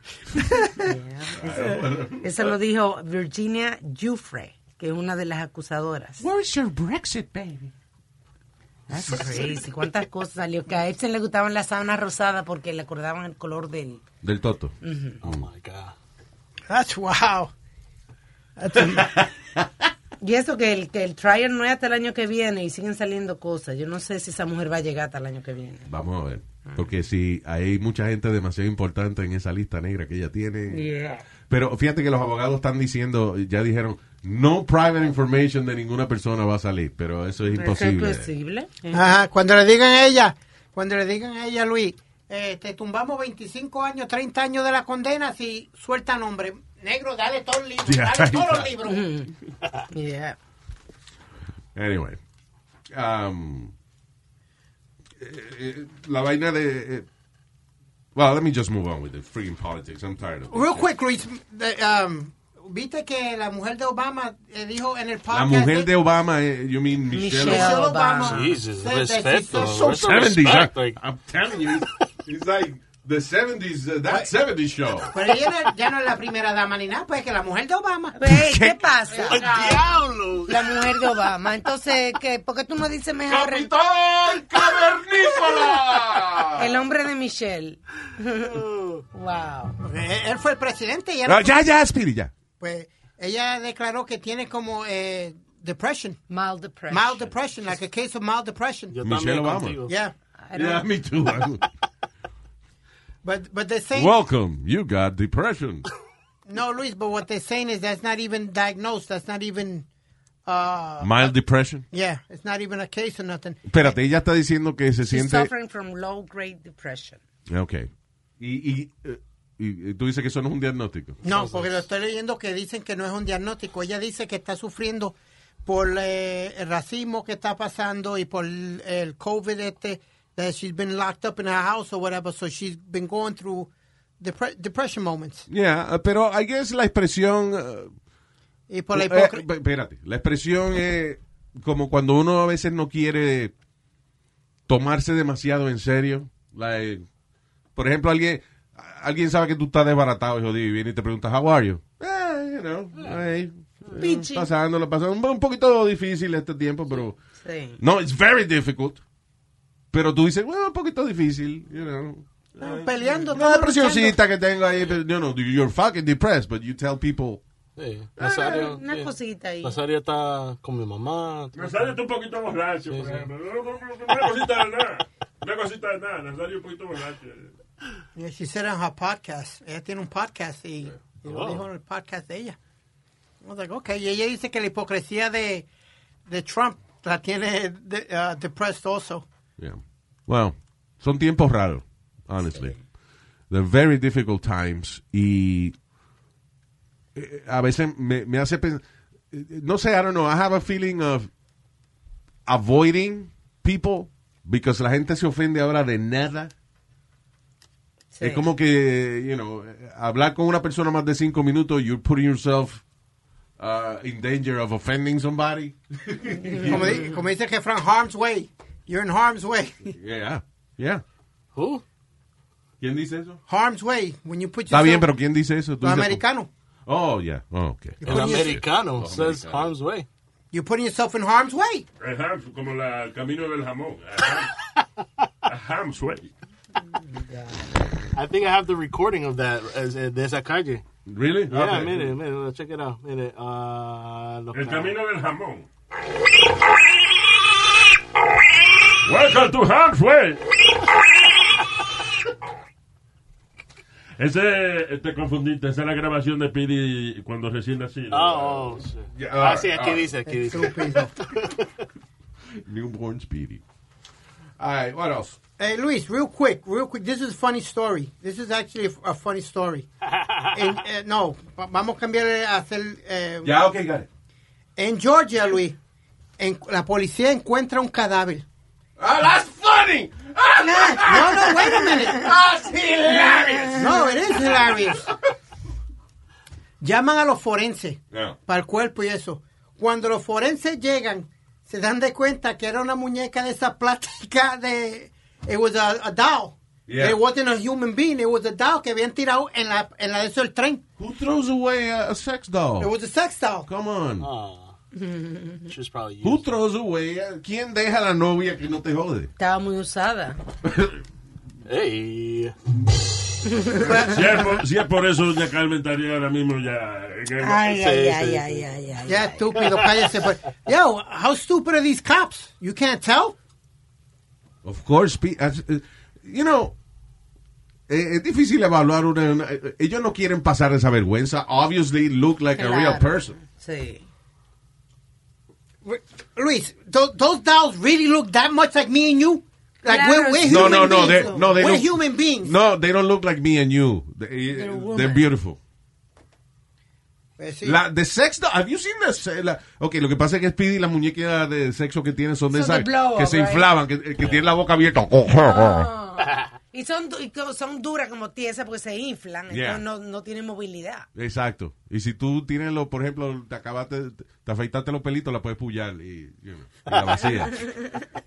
Eso lo dijo Virginia Giuffre, que es una de las acusadoras. Ah,
Where's your Brexit, baby?
That's crazy. ¿Cuántas cosas salió? Que a Epstein le gustaban las sábanas rosadas porque le acordaban el color del...
Del toto.
Ujú.
Oh
my God.
That's wow.
Y eso que el, que el trial no es hasta el año que viene y siguen saliendo cosas. Yo no sé si esa mujer va a llegar hasta el año que viene.
Vamos a ver.
Ah.
Porque si hay mucha gente demasiado importante en esa lista negra que ella tiene.
Yeah.
Pero fíjate que los abogados están diciendo, ya dijeron, no private information de ninguna persona va a salir. Pero eso es imposible.
Ajá, cuando le digan a ella, cuando le digan a ella, Luis, eh, te tumbamos 25 años, 30 años de la condena si suelta nombre. Negro, dale todos los libros,
Yeah,
dale todos los
right.
libros.
Yeah.
Anyway. Um, eh, eh, la vaina de. eh, well, let me just move on with the freaking politics. I'm tired of it.
Real quick, Luis, the, um, viste que la mujer de Obama eh, dijo en el
La
podcast...
mujer de Obama, eh, you mean Michelle,
Michelle Obama.
Obama.
Jesus, That- that respeto, she's so-
From
so
70s,
respect,
I- I'm telling you, it's like the 70s, uh, that 70s show.
Pero ella no- ya no es la primera dama ni nada, pues que la mujer de Obama.
Ey, ¿Qué pasa? ¡Diablo! La mujer de Obama. Entonces, ¿qué? ¿por qué tú no dices mejor?
¡Capitán
Cavernícola! El hombre de Michelle. wow.
Eh, Él fue el presidente y ella...
No, ya, ya, Speedy, ya.
Pues ella declaró que tiene como eh, depression.
Mild depression.
Mild depression, like a case of mild depression.
Yo también Michelle Obama. contigo.
Yeah.
Yeah, me too.
But, but they're saying...
Welcome. You got depression.
No, Luis, but what they're saying is that's not even diagnosed. That's not even... Uh,
Mild depression.
yeah, it's not even a case or nothing.
Espérate, ella está diciendo que se
She's
siente.
suffering from low grade depression.
Ok. Y, y, eh, y- y tú dices que eso no es un diagnóstico.
No, porque lo estoy leyendo que dicen que no es un diagnóstico. Ella dice que está sufriendo por eh, el racismo que está pasando y por el, el COVID este, that she's been locked up in her house or whatever, so she's been going through depre- depression moments.
Yeah, uh, pero I guess la expresión. uh,
Y por la
Eh,
hipocresía.
pe- espérate, la expresión es como cuando uno a veces no quiere tomarse demasiado en serio. Like, por ejemplo, alguien alguien sabe que tú estás desbaratado y jodido y viene y te pregunta, ¿How are you? Eh, you know, ahí, eh,
Pichi.
pasándolo, pasándolo. Un poquito difícil este tiempo, pero.
Sí.
No, it's very difficult. Pero tú dices, bueno, un poquito difícil, you know.
Están peleando.
Una
están
depresioncita que tengo ahí, pero, you know, you're fucking depressed, but you tell people.
Sí, Nazario.
Ah, Una
sí.
cosita ahí.
Nazario está con mi mamá.
Nazario está un poquito borracho, por ejemplo. Una cosita de nada. Una cosita de nada. Nazario un poquito borracho.
luchando. Yeah, she said on her eh, podcast. Ella tiene un podcast y, y lo
Oh.
dijo en el podcast de ella. I was like, okay. Y ella dice que la hipocresía de, de Trump la tiene de- uh, depressed also.
Yeah. Well, son tiempos raros, honestly. They're very difficult times. Y eh, a veces me, me hace pensar, no sé, I don't know, I have a feeling of avoiding people because la gente se ofende ahora de nada. Es como que, you know, hablar con una persona más de cinco minutos, you're putting yourself uh, in danger of offending somebody.
Como, di- como dice que Frank Harm's Way. You're in Harm's Way.
Yeah, yeah.
Who?
¿Quién dice eso?
Harm's Way. When you put
Está
yourself-
bien, pero ¿quién dice eso? Tú
Los
dices-
americanos.
Oh, yeah. Oh, okay.
El
Oh,
americano says harm's way.
You're putting yourself in harm's way.
El ham, como la, el camino del jamón. A ham sway.
I think I have the recording of that as uh, de esa calle.
Really?
Yeah,
Okay.
mire, mire, check it out. Mire, uh, los
El
ca-
camino del jamón. Welcome to Ham's Way. Ese, eh, te confundiste, esa es la grabación de Pidi cuando recién nacido.
Oh, oh, shit.
ah,
ah, sí, aquí
ah.
dice, aquí dice.
Newborn Speedy. All right, what else?
Hey, Luis, real quick, real quick. This is a funny story. This is actually a- a funny story. En- eh, no, va- vamos a cambiar eh, a hacer. eh,
Ya, ok, got it.
En Georgia, Luis, en- la policía encuentra un cadáver.
Ah, that's funny! Ah,
no, no, wait a minute.
That's hilarious.
No, it is hilarious. Llaman a los forenses
Yeah.
para el cuerpo y eso. Cuando los forenses llegan, se dan de cuenta que era una muñeca de esa plástica de... It was a, a doll.
Yeah.
It wasn't a human being. It was a doll que habían tirado en la, en la de eso del tren.
Who throws away a, a sex doll?
It was a sex doll.
Oh. Come on.
She was probably
Who throws away? a- ¿Quién deja a la novia que no te jode?
Estaba muy usada.
Hey.
Si es, por, si es por eso, doña Carmen estaría ahora mismo ya.
Ay, ay, ay, ay, Ya, estúpido, cállese. pues. Yo, how stupid are these cops? You can't tell?
Of course, pe- as- eh, you know, eh, es difícil evaluar una, una- eh, Ellos no quieren pasar esa vergüenza. Obviously, look like a real
Claro.
person.
Sí.
Luis, tho- those dolls really look that much like me and you? Like we're, we're
no,
human
no, no,
beings.
they, no, they
we're
don't,
human beings.
No, they don't look like me and you. They, eh,
They're a
they're,
woman.
beautiful.
Pues sí.
La de sexo, have you seen the se- la- Ok, lo que pasa es que Speedy las muñecas de sexo que tienen son de
Son de
esas
blow
que
up,
se
right?
inflaban, que, que tienen la boca abierta. Oh,
Ah.
Y son, du- y co- son duras como tiesas porque se inflan.
Yeah.
entonces No, no tienen movilidad.
Exacto. Y si tú tienes, lo, por ejemplo, te acabaste, te afeitaste los pelitos, la puedes pullar y, you know, y la vacía.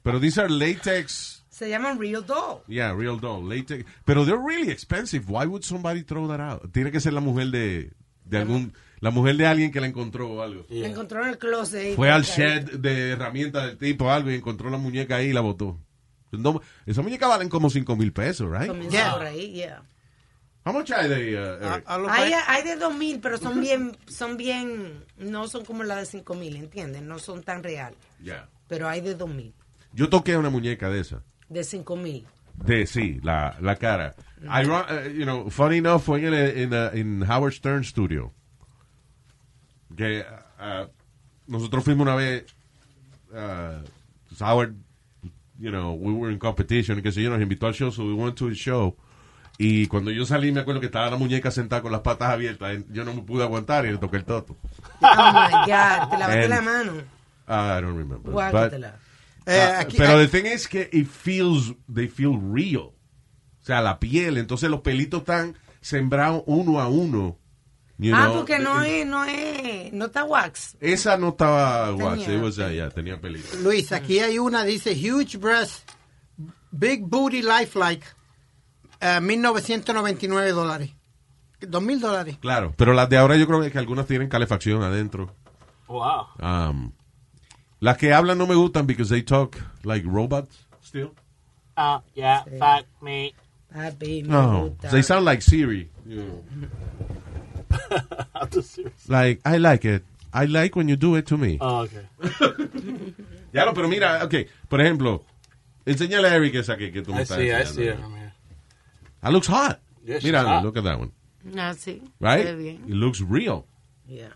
Pero these are latex,
Se llaman real doll.
yeah, real doll, latex. Pero they're really expensive. Why would somebody throw that out? Tiene que ser la mujer de, de algún, la mujer de alguien que la encontró o algo.
La encontró en el closet. y-
Fue al shed de herramientas del tipo o algo y encontró la muñeca ahí y la botó. No, esa muñeca valen como 5 mil pesos, right?
Comienza por ahí, yeah.
How much are they, uh, Eric?
Hay, hay de 2000, pero son bien, son bien, no son como las de 5000, ¿entiendes? No son tan real,
Yeah.
pero hay de 2000,
Yo toqué una muñeca de esa.
de 5000.
De sí, la, la cara. Iron- eh, you know, funny enough, fue en, el, en, eh, en Howard Stern Studio. Que ah, nosotros fuimos una vez. ah, Howard, you know, we were in competition, que sé yo, nos invitó al show, so we went to his show. Y cuando yo salí, me acuerdo que estaba la muñeca sentada con las patas abiertas. y Yo no me pude aguantar y le toqué el toto.
Oh my God, te lavaste
And-
la mano.
Ah, I don't remember.
Guácatela.
But-
Eh,
Ah,
aquí-
pero
aquí-
the thing is que it feels, they feel real. O sea, la piel. Entonces los pelitos están sembrados uno a uno. you
ah,
know.
porque no
eh.
es, no es, no está wax.
Esa no estaba watch.
Tenía.
It was, uh, yeah, tenía pelitos.
Luis, aquí hay una, dice Huge Breast, Big Booty Lifelike, eh, 1999 dólares. 2000 dólares.
Claro. Pero las de ahora yo creo que algunas tienen calefacción adentro.
Wow.
Um, las que hablan no me gustan because they talk like robots. Still.
Oh, yeah, fuck me.
Papi, me
No.
gusta.
They sound like Siri. you know. Like, I like it. I like when you do it to me.
Oh, okay.
Ya lo, pero mira, ok, por ejemplo, enséñale a Eric esa que, que tú me
I
estás
see, I
enseñando.
see it from here.
That looks hot.
Yeah, she's
mira,
hot.
look at that one.
Ah, sí.
Right?
Se ve bien.
It looks real.
Yeah.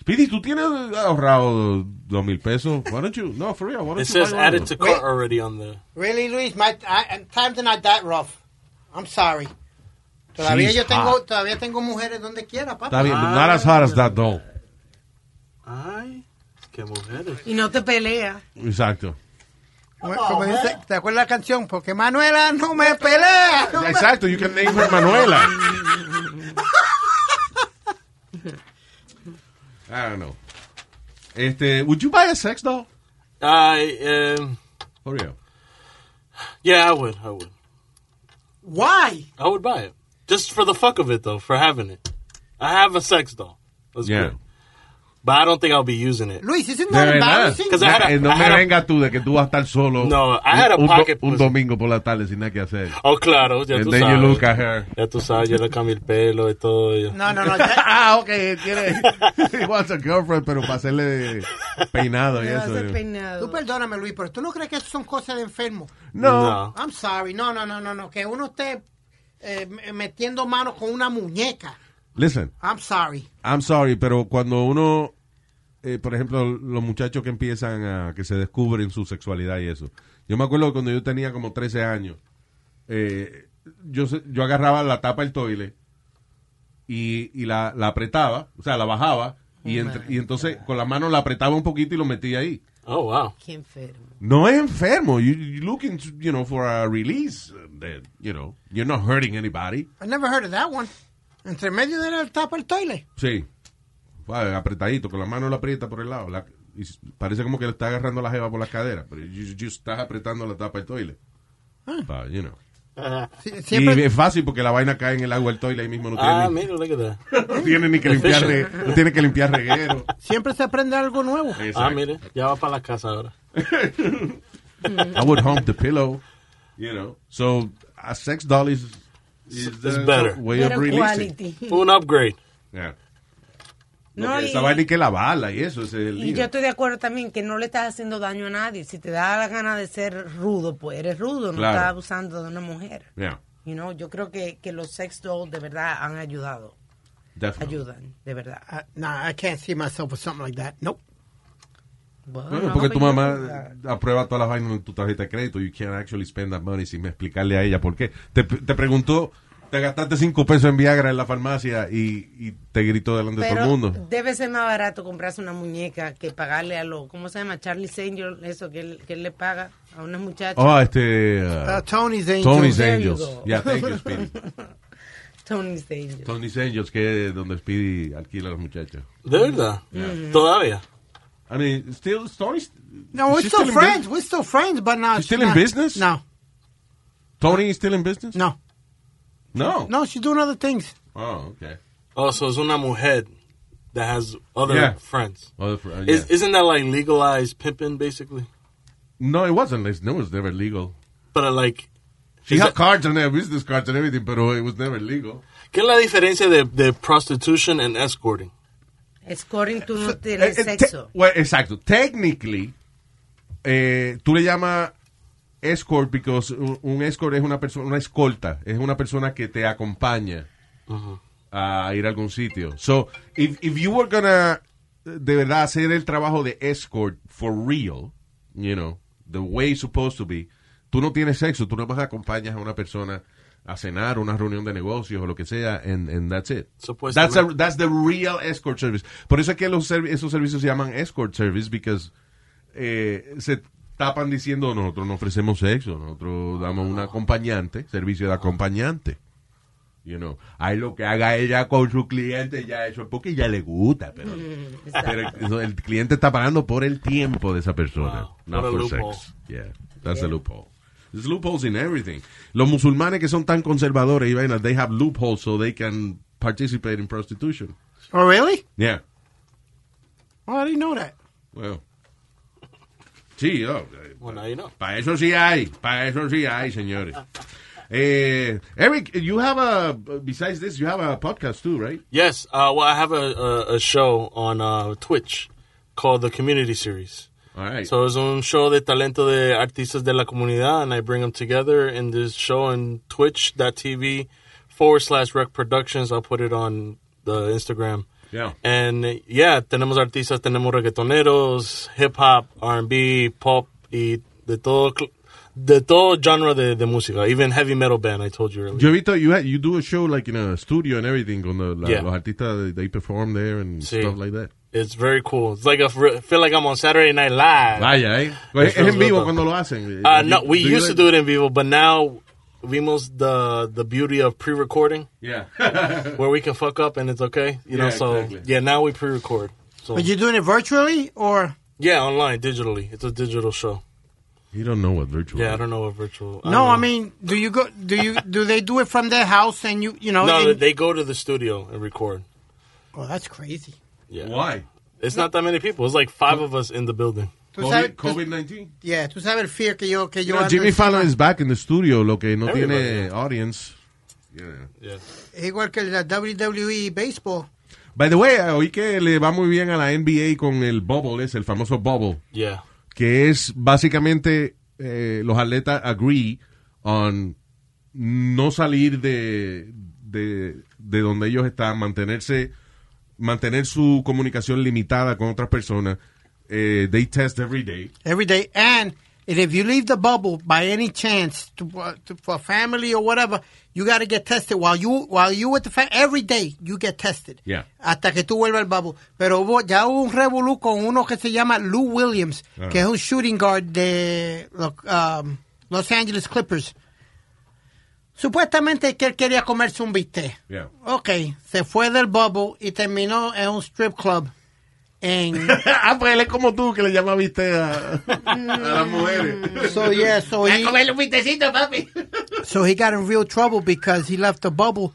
Speedy, tú tienes ahorrado dos mil pesos. Why don't you? No, for real. Why don't
It
you
says
buy one?
added to cart already on the.
Really, Luis, my I, and times are not that rough. I'm sorry. Todavía
She's
yo tengo,
hot.
todavía tengo mujeres donde quiera, papá.
Está bien, but not as hot as that, though.
Qué mujeres.
Y no te pelea.
Exacto.
Como dice, ¿te acuerdas la canción? Porque Manuela no me pelea. no me-
Exacto, you can name her Manuela. I don't know. Este, would you buy a sex doll?
I, um,
For real?
Yeah, I would. I would.
Why?
I would buy it. Just for the fuck of it, though, for having it. I have a sex doll. That's
Yeah.
cool. But I don't think I'll be using it.
Luis, isn't
De
that
verdad.
embarrassing?
Because I had a-
Eh, no
I
me
had a-
venga tú de que tú vas a estar solo
No, I had a
un- un, do-
pocket
un
pussy.
domingo por la tarde sin nada que hacer.
Oh, claro, ya
And
tú
then you
sabes.
look at her.
Ya tú sabes, yo le cambié el pelo y todo. yo-
No, no, no.
ah, ok, tiene. He wants a girlfriend, pero para hacerle peinado y eso.
Tú perdóname, Luis, pero tú no crees que eso son cosas de enfermo.
No. No.
I'm sorry. No, no, no, no, no. Que uno esté eh, metiendo manos con una muñeca.
Listen,
I'm sorry.
I'm sorry, pero cuando uno, eh, por ejemplo, los muchachos que empiezan a, que se descubren su sexualidad y eso. Yo me acuerdo cuando yo tenía como 13 años, eh, yo, se- yo agarraba la tapa del toile y, y la, la apretaba, o sea, la bajaba, y, entre- y entonces con la mano la apretaba un poquito y lo metía ahí.
Oh, wow.
Qué enfermo.
No es enfermo. You, you're looking, to, you know, for a release. That, you know, you're not hurting anybody.
I never heard of that one. Entre medio de la tapa el toile.
Sí. Fue apretadito, con la mano la aprieta por el lado. La- y s- parece como que le está agarrando la jeva por las caderas. Pero you, you estás apretando la tapa del toile.
Ah.
Pa- you know.
Sie-
Y
Siempre,
es fácil porque la vaina cae en el agua del toile ahí mismo. No tiene,
Ah,
ni,
mira, look at that.
no tiene ni que limpiar, re- no tiene que limpiar reguero.
siempre se aprende algo nuevo. Uh,
Ah, mire, ya va para la casa ahora.
I would hump the pillow, you know. So, a sex doll is, is
It's
the
better.
way of
Better
releasing.
quality.
Un upgrade.
Yeah.
No,
Porque
y-
esa vaina y que la bala y eso. Ese es el
Y
lío.
yo estoy de acuerdo también que no le estás haciendo daño a nadie. Si te da la gana de ser rudo, pues eres rudo, no
Claro.
estás abusando de una mujer.
Yeah,
You know, yo creo que, que los sex dolls de verdad han ayudado.
definitely.
Ayudan, de verdad.
Uh, nah, I can't see myself with something like that. Nope.
Bueno, porque tu mamá aprueba todas las vainas en tu tarjeta de crédito. You can't actually spend that money sin explicarle a ella por qué. Te, te preguntó, te gastaste cinco pesos en Viagra en la farmacia y, y te gritó delante de todo el
Pero
mundo.
debe ser más barato comprarse una muñeca que pagarle a lo, ¿cómo se llama? Charlie Angel, eso que él, que él le paga a una muchacha.
Oh, este. uh,
Uh, Tony's Angels.
Tony's
There you
Angels.
go.
Yeah, thank you, Speedy.
Tony's Angel.
Tony's Angels, que es donde Speedy alquila a las muchachas.
¿De verdad?
Mm. Yeah.
Todavía.
I mean, still, Tony's.
No, we're
she's
still,
in
friends. We're still friends, but not.
She's still in
not-
business?
No,
bus- Tony is still in business?
No.
No.
no, she's doing other things.
Oh, okay.
Oh, so es una mujer that has other
Yeah.
friends.
Other fr- uh,
Is,
yeah.
isn't that like legalized pimping, basically?
No, it wasn't. It was never legal.
But uh, like,
She
Is
had
it-
cards on her, business cards and everything, but it was never legal.
¿qué es la diferencia de, de prostitution and escorting?
Scoring, tú no tienes
Eh, eh, te-
sexo.
well, exacto. Technically, eh, tú le llamas escort because un, un escort es una persona, una escolta, es una persona que te acompaña Mm-hmm. a ir a algún sitio. So, if, if you were gonna eh, de verdad hacer el trabajo de escort for real, you know, the way it's supposed to be, tú no tienes sexo, tú nada más acompañas a una persona a cenar, una reunión de negocios o lo que sea, and, and that's it.
Supuestamente.
That's, a, that's the real escort service. Por eso es que los servi- esos servicios se llaman escort service, because eh, se tapan diciendo nosotros no ofrecemos sexo, nosotros damos un acompañante, servicio de acompañante. You know, ahí lo que haga ella con su cliente, ya eso es porque ya le gusta, pero, pero el, el cliente está pagando por el tiempo de esa persona,
Wow.
no
What a
por
loophole.
sexo. Yeah, that's a loophole. There's loopholes in everything. Los musulmanes que son tan conservadores y vainas, they have loopholes so they can participate in prostitution.
Oh, really?
Yeah.
Oh, I didn't know that.
Well. Sí, oh,
Bueno, ahí no.
Para eso sí hay, para eso sí hay, señores. Eh, Eric, you have a, besides this, you have a podcast too, right?
Yes. Uh, well, I have a, a, a show on uh, Twitch called The Community Series.
All right.
So it's un show de talento de artistas de la comunidad, and I bring them together in this show on twitch.tv forward slash rec productions. I'll put it on the Instagram.
Yeah.
And yeah, tenemos artistas, tenemos reggaetoneros, hip hop, R&B, pop y de todo cl- de todo genre de, de música, even heavy metal band, I told you earlier.
Yo he visto, you, had- you do a show like in a studio and everything, con the- la-
Yeah.
los artistas, they perform there and
Sí.
stuff like that.
It's very cool. It's like I feel like I'm on Saturday Night Live.
Vaya, eh.
It
Es
feels
en vivo
good,
cuando
though.
lo hacen. Eh,
Uh, no, we
Do you
used to
like-
do it in vivo, but now vimos the the beauty of pre-recording.
Yeah.
where we can fuck up and it's okay, you know.
Yeah,
So
exactly.
yeah, now we pre-record. So
Oh.
Are you doing it virtually or
yeah, online, digitally. It's a digital show.
You don't know what virtual
Yeah, I
is.
don't know what virtual.
no? I
don't know.
mean, do you go? Do you do they do it from their house and you you know?
no,
and-
they go to the studio and record.
oh, that's crazy.
Yeah.
Why?
It's not that many people. It's like five of us in the building.
Tú sabes- tú-
nineteen.
Yeah, tú sabes el fear que yo que
You
yo.
know,
ando
Jimmy
encima.
Fallon is back in the studio, lo que no
Everybody,
tiene audience. Yeah.
Es igual que la WWE baseball.
By the way, oí que le va muy bien a la NBA con el bubble, es el famoso bubble.
Yeah.
Que es básicamente eh, los atletas agree on no salir de, de, de donde ellos están, mantenerse, mantener su comunicación limitada con otras personas. Eh, they test every day.
every day. And and if you leave the bubble by any chance to, uh, to for family or whatever, you got to get tested while you while you with the family. Every day you get tested.
Yeah.
Hasta que tú vuelvas al bubble. Pero hubo, ya hubo un revolú con uno que se llama Lou Williams,
Ah.
que es un shooting guard de los, um, Los Angeles Clippers. Supuestamente que él quería comerse un bistec.
Yeah.
Ok, se fue del bubble y terminó en un strip club. En...
ah, pues él es como tú que le llama a, las
mujeres. So, yeah, so he-
un vistecito, papi.
So he got in real trouble because he left the bubble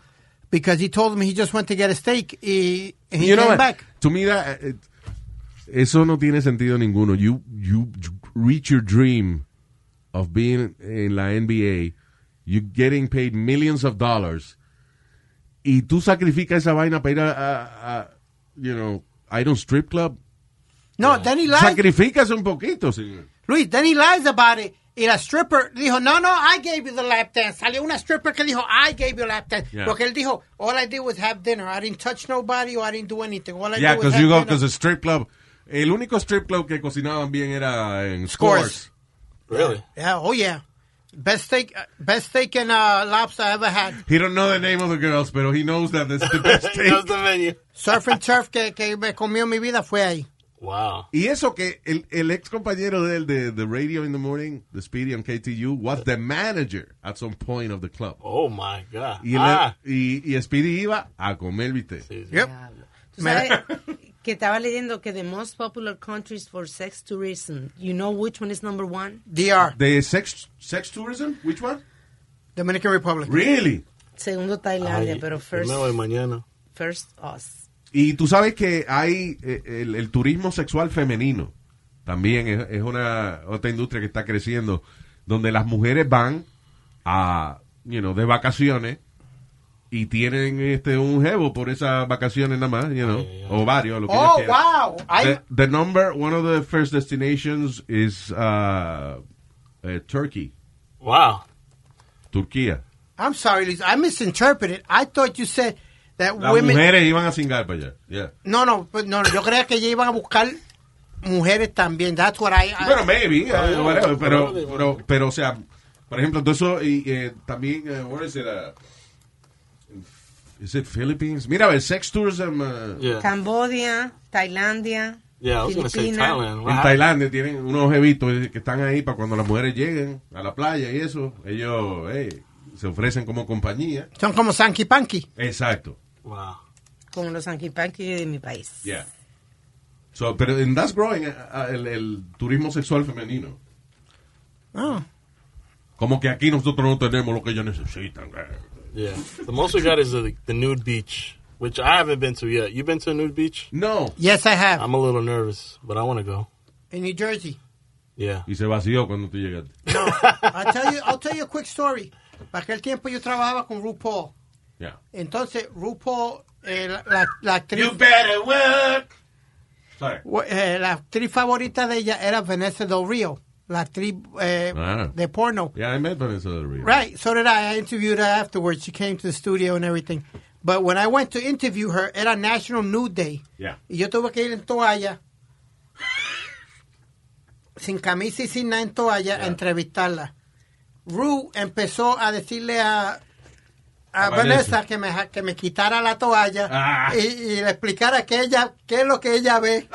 because he told him he just went to get a steak. He, and he
You know
came
what?
back.
To me, that- eh, it- eso no tiene sentido ninguno. You, you reach your dream of being en la NBA. You getting paid millions of dollars. Y tú sacrificas esa vaina para ir a, a- a, you know, I don't strip club.
No, then he lied.
Sacrificas un poquito, señor.
Luis, then he lies about it. Y la stripper dijo, no, no, I gave you the lap dance. Salió una stripper que dijo, I gave you lap dance.
Yeah.
Porque él dijo, all I did was have dinner. I didn't touch nobody or I didn't do anything. All I
Yeah,
did was
because
have
you go,
dinner.
because the strip club, el único strip club que cocinaban bien era en Scores.
Scores.
Really?
Yeah, oh yeah. Best steak, uh, best steak and uh, lobster I ever had.
He don't know the name of the girls, pero he knows that that's the best thing.
Surf and turf que, que me comió mi vida fue ahí.
Wow.
Y eso que el, el ex compañero de él de The Radio in the Morning, The Speedy on KTU, was the manager at some point of the club.
Oh my god.
Y, él-
ah,
y, y Speedy iba a comer, viste.
Tú sabes que estaba leyendo que the most popular countries for sex tourism, you know which one is number one?
DR.
The sex, sex tourism? Which one?
Dominican Republic.
Really?
Segundo Tailandia,
Ay,
pero first,
primero de mañana.
first us.
Y tú sabes que hay eh, el, el turismo sexual femenino. También es, es una otra industria que está creciendo, donde las mujeres van a, you know, de vacaciones y tienen este un jevo por esas vacaciones nada más, you know, o varios, lo que ellas
Oh,
quieran.
wow. I-
The, the number, one of the first destinations is uh, eh, Turkey,
wow.
Turquía.
I'm sorry, Lisa. I misinterpreted. I thought you said that
Las
women.
mujeres iban a cingar para allá. yeah.
No, no, but no, no. Yo creía que ellas iban a buscar mujeres también. That's what I. I-
Bueno, maybe, eh, whatever, pero, pero, pero, o sea, por ejemplo, todo eso, y eh, también, eh, where is it, uh, is it Philippines? Mira, el sex tourism, uh,
Cambodia, Tailandia,
Yeah, I was gonna say
Filipinas.
Thailand.
en Tailandia tienen unos jevitos eh, que están ahí para cuando las mujeres lleguen a la playa y eso, ellos eh, se ofrecen como compañía.
Son como Sanky Panky.
Exacto,
Como los anquipanquis de mi país.
yeah. So, pero and that's growing, eh, eh, el, el turismo sexual femenino. Ah.
Oh.
Como que aquí nosotros no tenemos lo que ellos necesitan. eh.
Yeah. The most we got is the, the nude beach, which I haven't been to yet. You been to a nude beach?
No.
Yes, I
Ah.
have.
I'm a little nervous, but I want to go.
In New Jersey.
Yeah.
Y se vació cuando tú llegaste.
I'll tell you. I'll tell you a quick story. Para aquel tiempo yo trabajaba con RuPaul.
Yeah.
Entonces RuPaul, eh, la- la, la actriz.
You better work. Sorry.
Wa- eh, la actriz favorita de ella era Vanessa Del Rio, la actriz eh,
Ah.
de porno.
Yeah, I met Vanessa Del Rio.
Right. So did I. I interviewed her afterwards. She came to the studio and everything. But when I went to interview her, era National Nude Day.
Yeah.
Y yo tuve que ir en toalla, sin camisa y sin nada en toalla, a entrevistarla. Rue empezó a decirle a, a
A
Vanessa
Vanessa.
que me, ja- que me quitara la toalla
Ah. Ah.
y, y le explicara que ella, qué es lo que ella ve.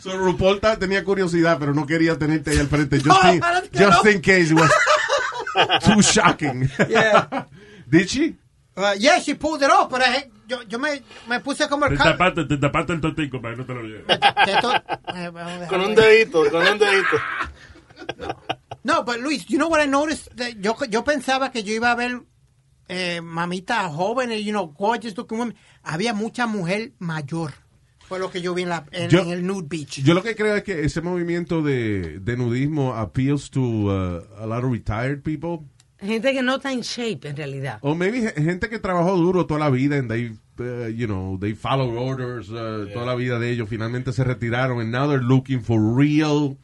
So RuPaul ta- tenía curiosidad, pero no quería tenerte ahí al frente. Just, in,
No, es Oh, que
just
no.
in case it was too shocking. Did she?
Uh, yeah, she pulled it off, pero eh, yo, yo me, me puse como el
Te
cal-
tapaste, te tapaste el totico para que no te lo lleves.
que esto- eh, vamos a dejarlo
Con un
ahí.
dedito, con un dedito.
No, but Luis, you know what I noticed? That Yo, yo pensaba que yo iba a ver eh, mamitas jóvenes, you know, gorgeous looking women. Había mucha mujer mayor. Fue lo que yo vi en, la, en,
Yo-
en el nude beach.
Yo lo que creo es que ese movimiento de, de nudismo appeals to uh, a lot of retired people.
Gente que no está en shape, en realidad.
O maybe ge- gente que trabajó duro toda la vida and they, uh, you know, they follow orders uh, toda la vida de ellos. Finalmente se retiraron and now they're looking for real,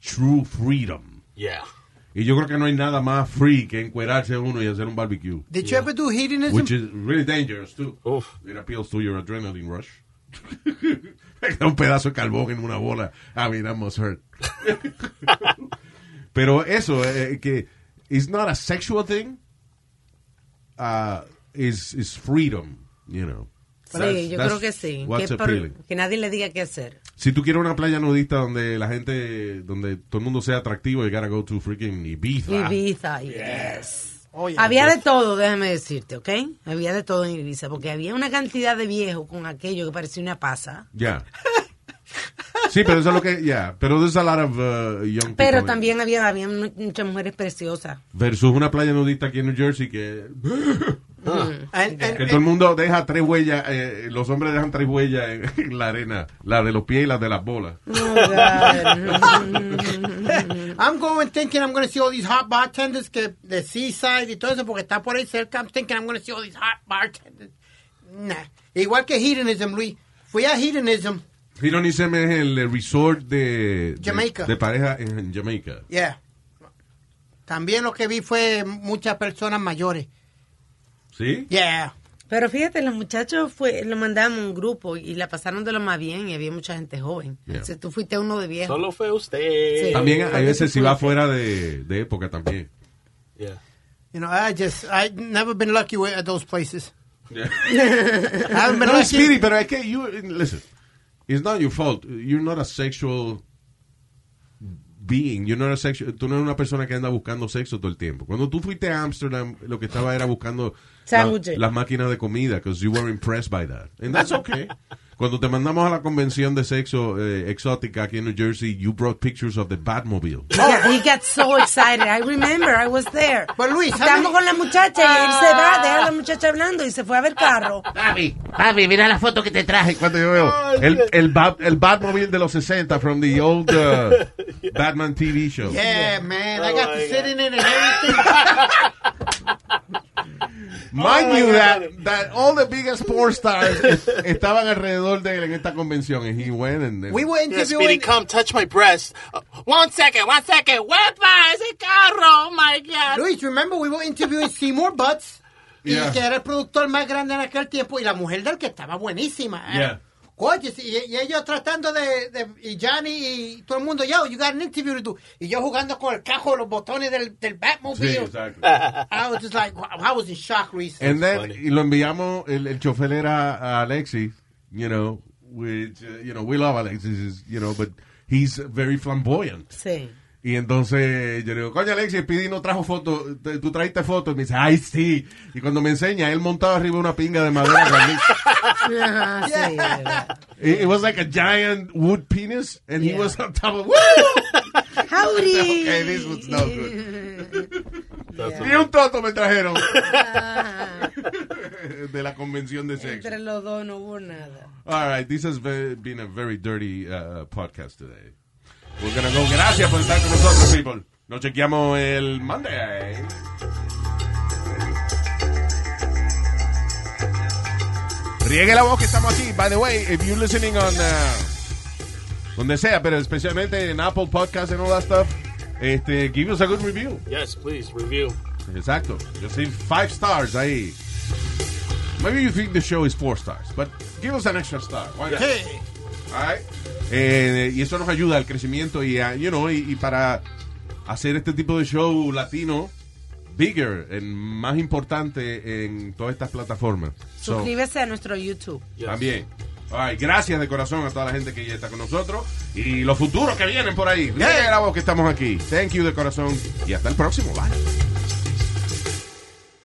true freedom.
Yeah.
Y yo creo que no hay nada más free que encuerarse uno y hacer un barbecue.
Did you ever do hedonism?
Which is really dangerous too. It appeals to your adrenaline rush. un pedazo de carbón en una bola. I mean, that must hurt. Pero eso, eh, que it's not a sexual thing, uh, is is freedom, you know. That's-
sí, yo
that's
creo que sí.
What's
Que, por-
appealing.
que nadie le diga qué hacer.
Si tú quieres una playa nudista donde la gente, donde todo el mundo sea atractivo, you gotta go to freaking Ibiza.
Ibiza, yes.
Oh,
había de todo, déjame decirte, ¿ok? Había de todo en Ibiza, porque había una cantidad de viejos con aquello que parecía una pasa.
Ya. Sí, pero eso es lo que, yeah. Pero there's a lot of uh, young people
Pero
in-
también había, había mu- muchas mujeres preciosas.
Versus una playa nudista aquí en New Jersey que,
Mm.
que todo el mundo deja tres huellas, eh, los hombres dejan tres huellas en, en la arena, la de los pies y la de las bolas.
I'm going thinking I'm going to see all these hot bartenders que de Seaside y todo eso porque está por ahí cerca. I'm thinking I'm going to see all these hot bartenders. Nah. Igual que hedonism, Luis. Fui a hedonism.
Hedonism es el eh, resort de, de-
Jamaica.
de pareja en, en Jamaica.
Yeah. También lo que vi fue muchas personas mayores.
¿Sí?
Yeah.
Pero fíjate, los muchachos fue, lo mandaban a un grupo y la pasaron de lo más bien y había mucha gente joven.
Yeah.
O sea, tú fuiste uno de viejo.
Solo fue usted.
Sí.
También hay
Porque
veces
tú
si va
fuiste.
fuera de, de época también.
You know, I just, I never been lucky with, at those places.
Yeah.
I haven't been
No,
lucky.
Speedy, pero es que you listen. It's not your fault. You're not a sexual being. You're not a sexual. Tú no eres una persona que anda buscando sexo todo el tiempo. Cuando tú fuiste a Amsterdam, lo que estaba era buscando la-
Sándwiches.
las máquinas de comida, because you were impressed by that, and that's okay. Cuando te mandamos a la convención de sexo eh, exótica aquí en New Jersey, you brought pictures of the Batmobile.
Yeah, he got so excited. I remember, I was there.
Luis,
Estamos con la muchacha y él se va, deja a la muchacha hablando y se fue a ver carro.
Papi, papi, mira la foto que te traje.
Cuando yo veo
Oh,
el, el, Bat- el Batmobile de los 60 from the old uh, Batman TV show.
Yeah, man. I got
Oh,
to sit in it and everything.
Mind
Oh,
you
my
that, that all the biggest porn stars estaban alrededor de él en esta convención and he went and then-
Yeah, Speedy, come touch my breast. Uh,
One second, one second. Guapa, ese carro, oh my God.
Luis, remember we were interviewing Seymour Butts, y
Yeah.
que era el productor más grande en aquel tiempo, y la mujer del que estaba buenísima.
Yeah.
Oye, y, y ellos tratando de, de- y Johnny y todo el mundo, yo, you got an interview to do. Y yo jugando con el cajo, los botones del, del Batmobile.
Sí, exacto.
I was just like, wow, I was in shock, Luis.
And then- y lo enviamos el, el chofer era a Alexis you know which uh, you know we love Alexis is- you know but he's very flamboyant
Sí.
y entonces yo le digo coño Alexis Pidi no trajo foto te- tú trajiste fotos y me dice ay sí y cuando me enseña él montado arriba de una pinga de madera grandísima.
Ajá, Ah, sí.
it, it was like a giant wood penis and he was on top of
Howdy.
okay this was no good Ni
Yeah.
un toto me trajeron. de la convención de sexo.
Entre los dos no hubo nada.
All right, this has ve- been a very dirty uh, podcast today. We're gonna go. Gracias por estar con nosotros, people. Nos chequeamos el Monday. Riegue la voz que estamos aquí. By the way, if you're listening on uh, donde sea, pero especialmente en Apple Podcasts and all that stuff, este, give us a good review.
Yes, please, review.
Exacto. Yo soy five stars ahí. Maybe you think the show is four stars, but give us an extra star. Why not?
Hey.
All right. Eh, y eso nos ayuda al crecimiento y, a, you know, y, y para hacer este tipo de show latino bigger, en, más importante en todas estas plataformas. So,
Suscríbese a nuestro YouTube.
También. Ay, gracias de corazón a toda la gente que ya está con nosotros y los futuros que vienen por ahí. Bien, la voz que estamos aquí. Thank you de corazón y hasta el próximo. Bye.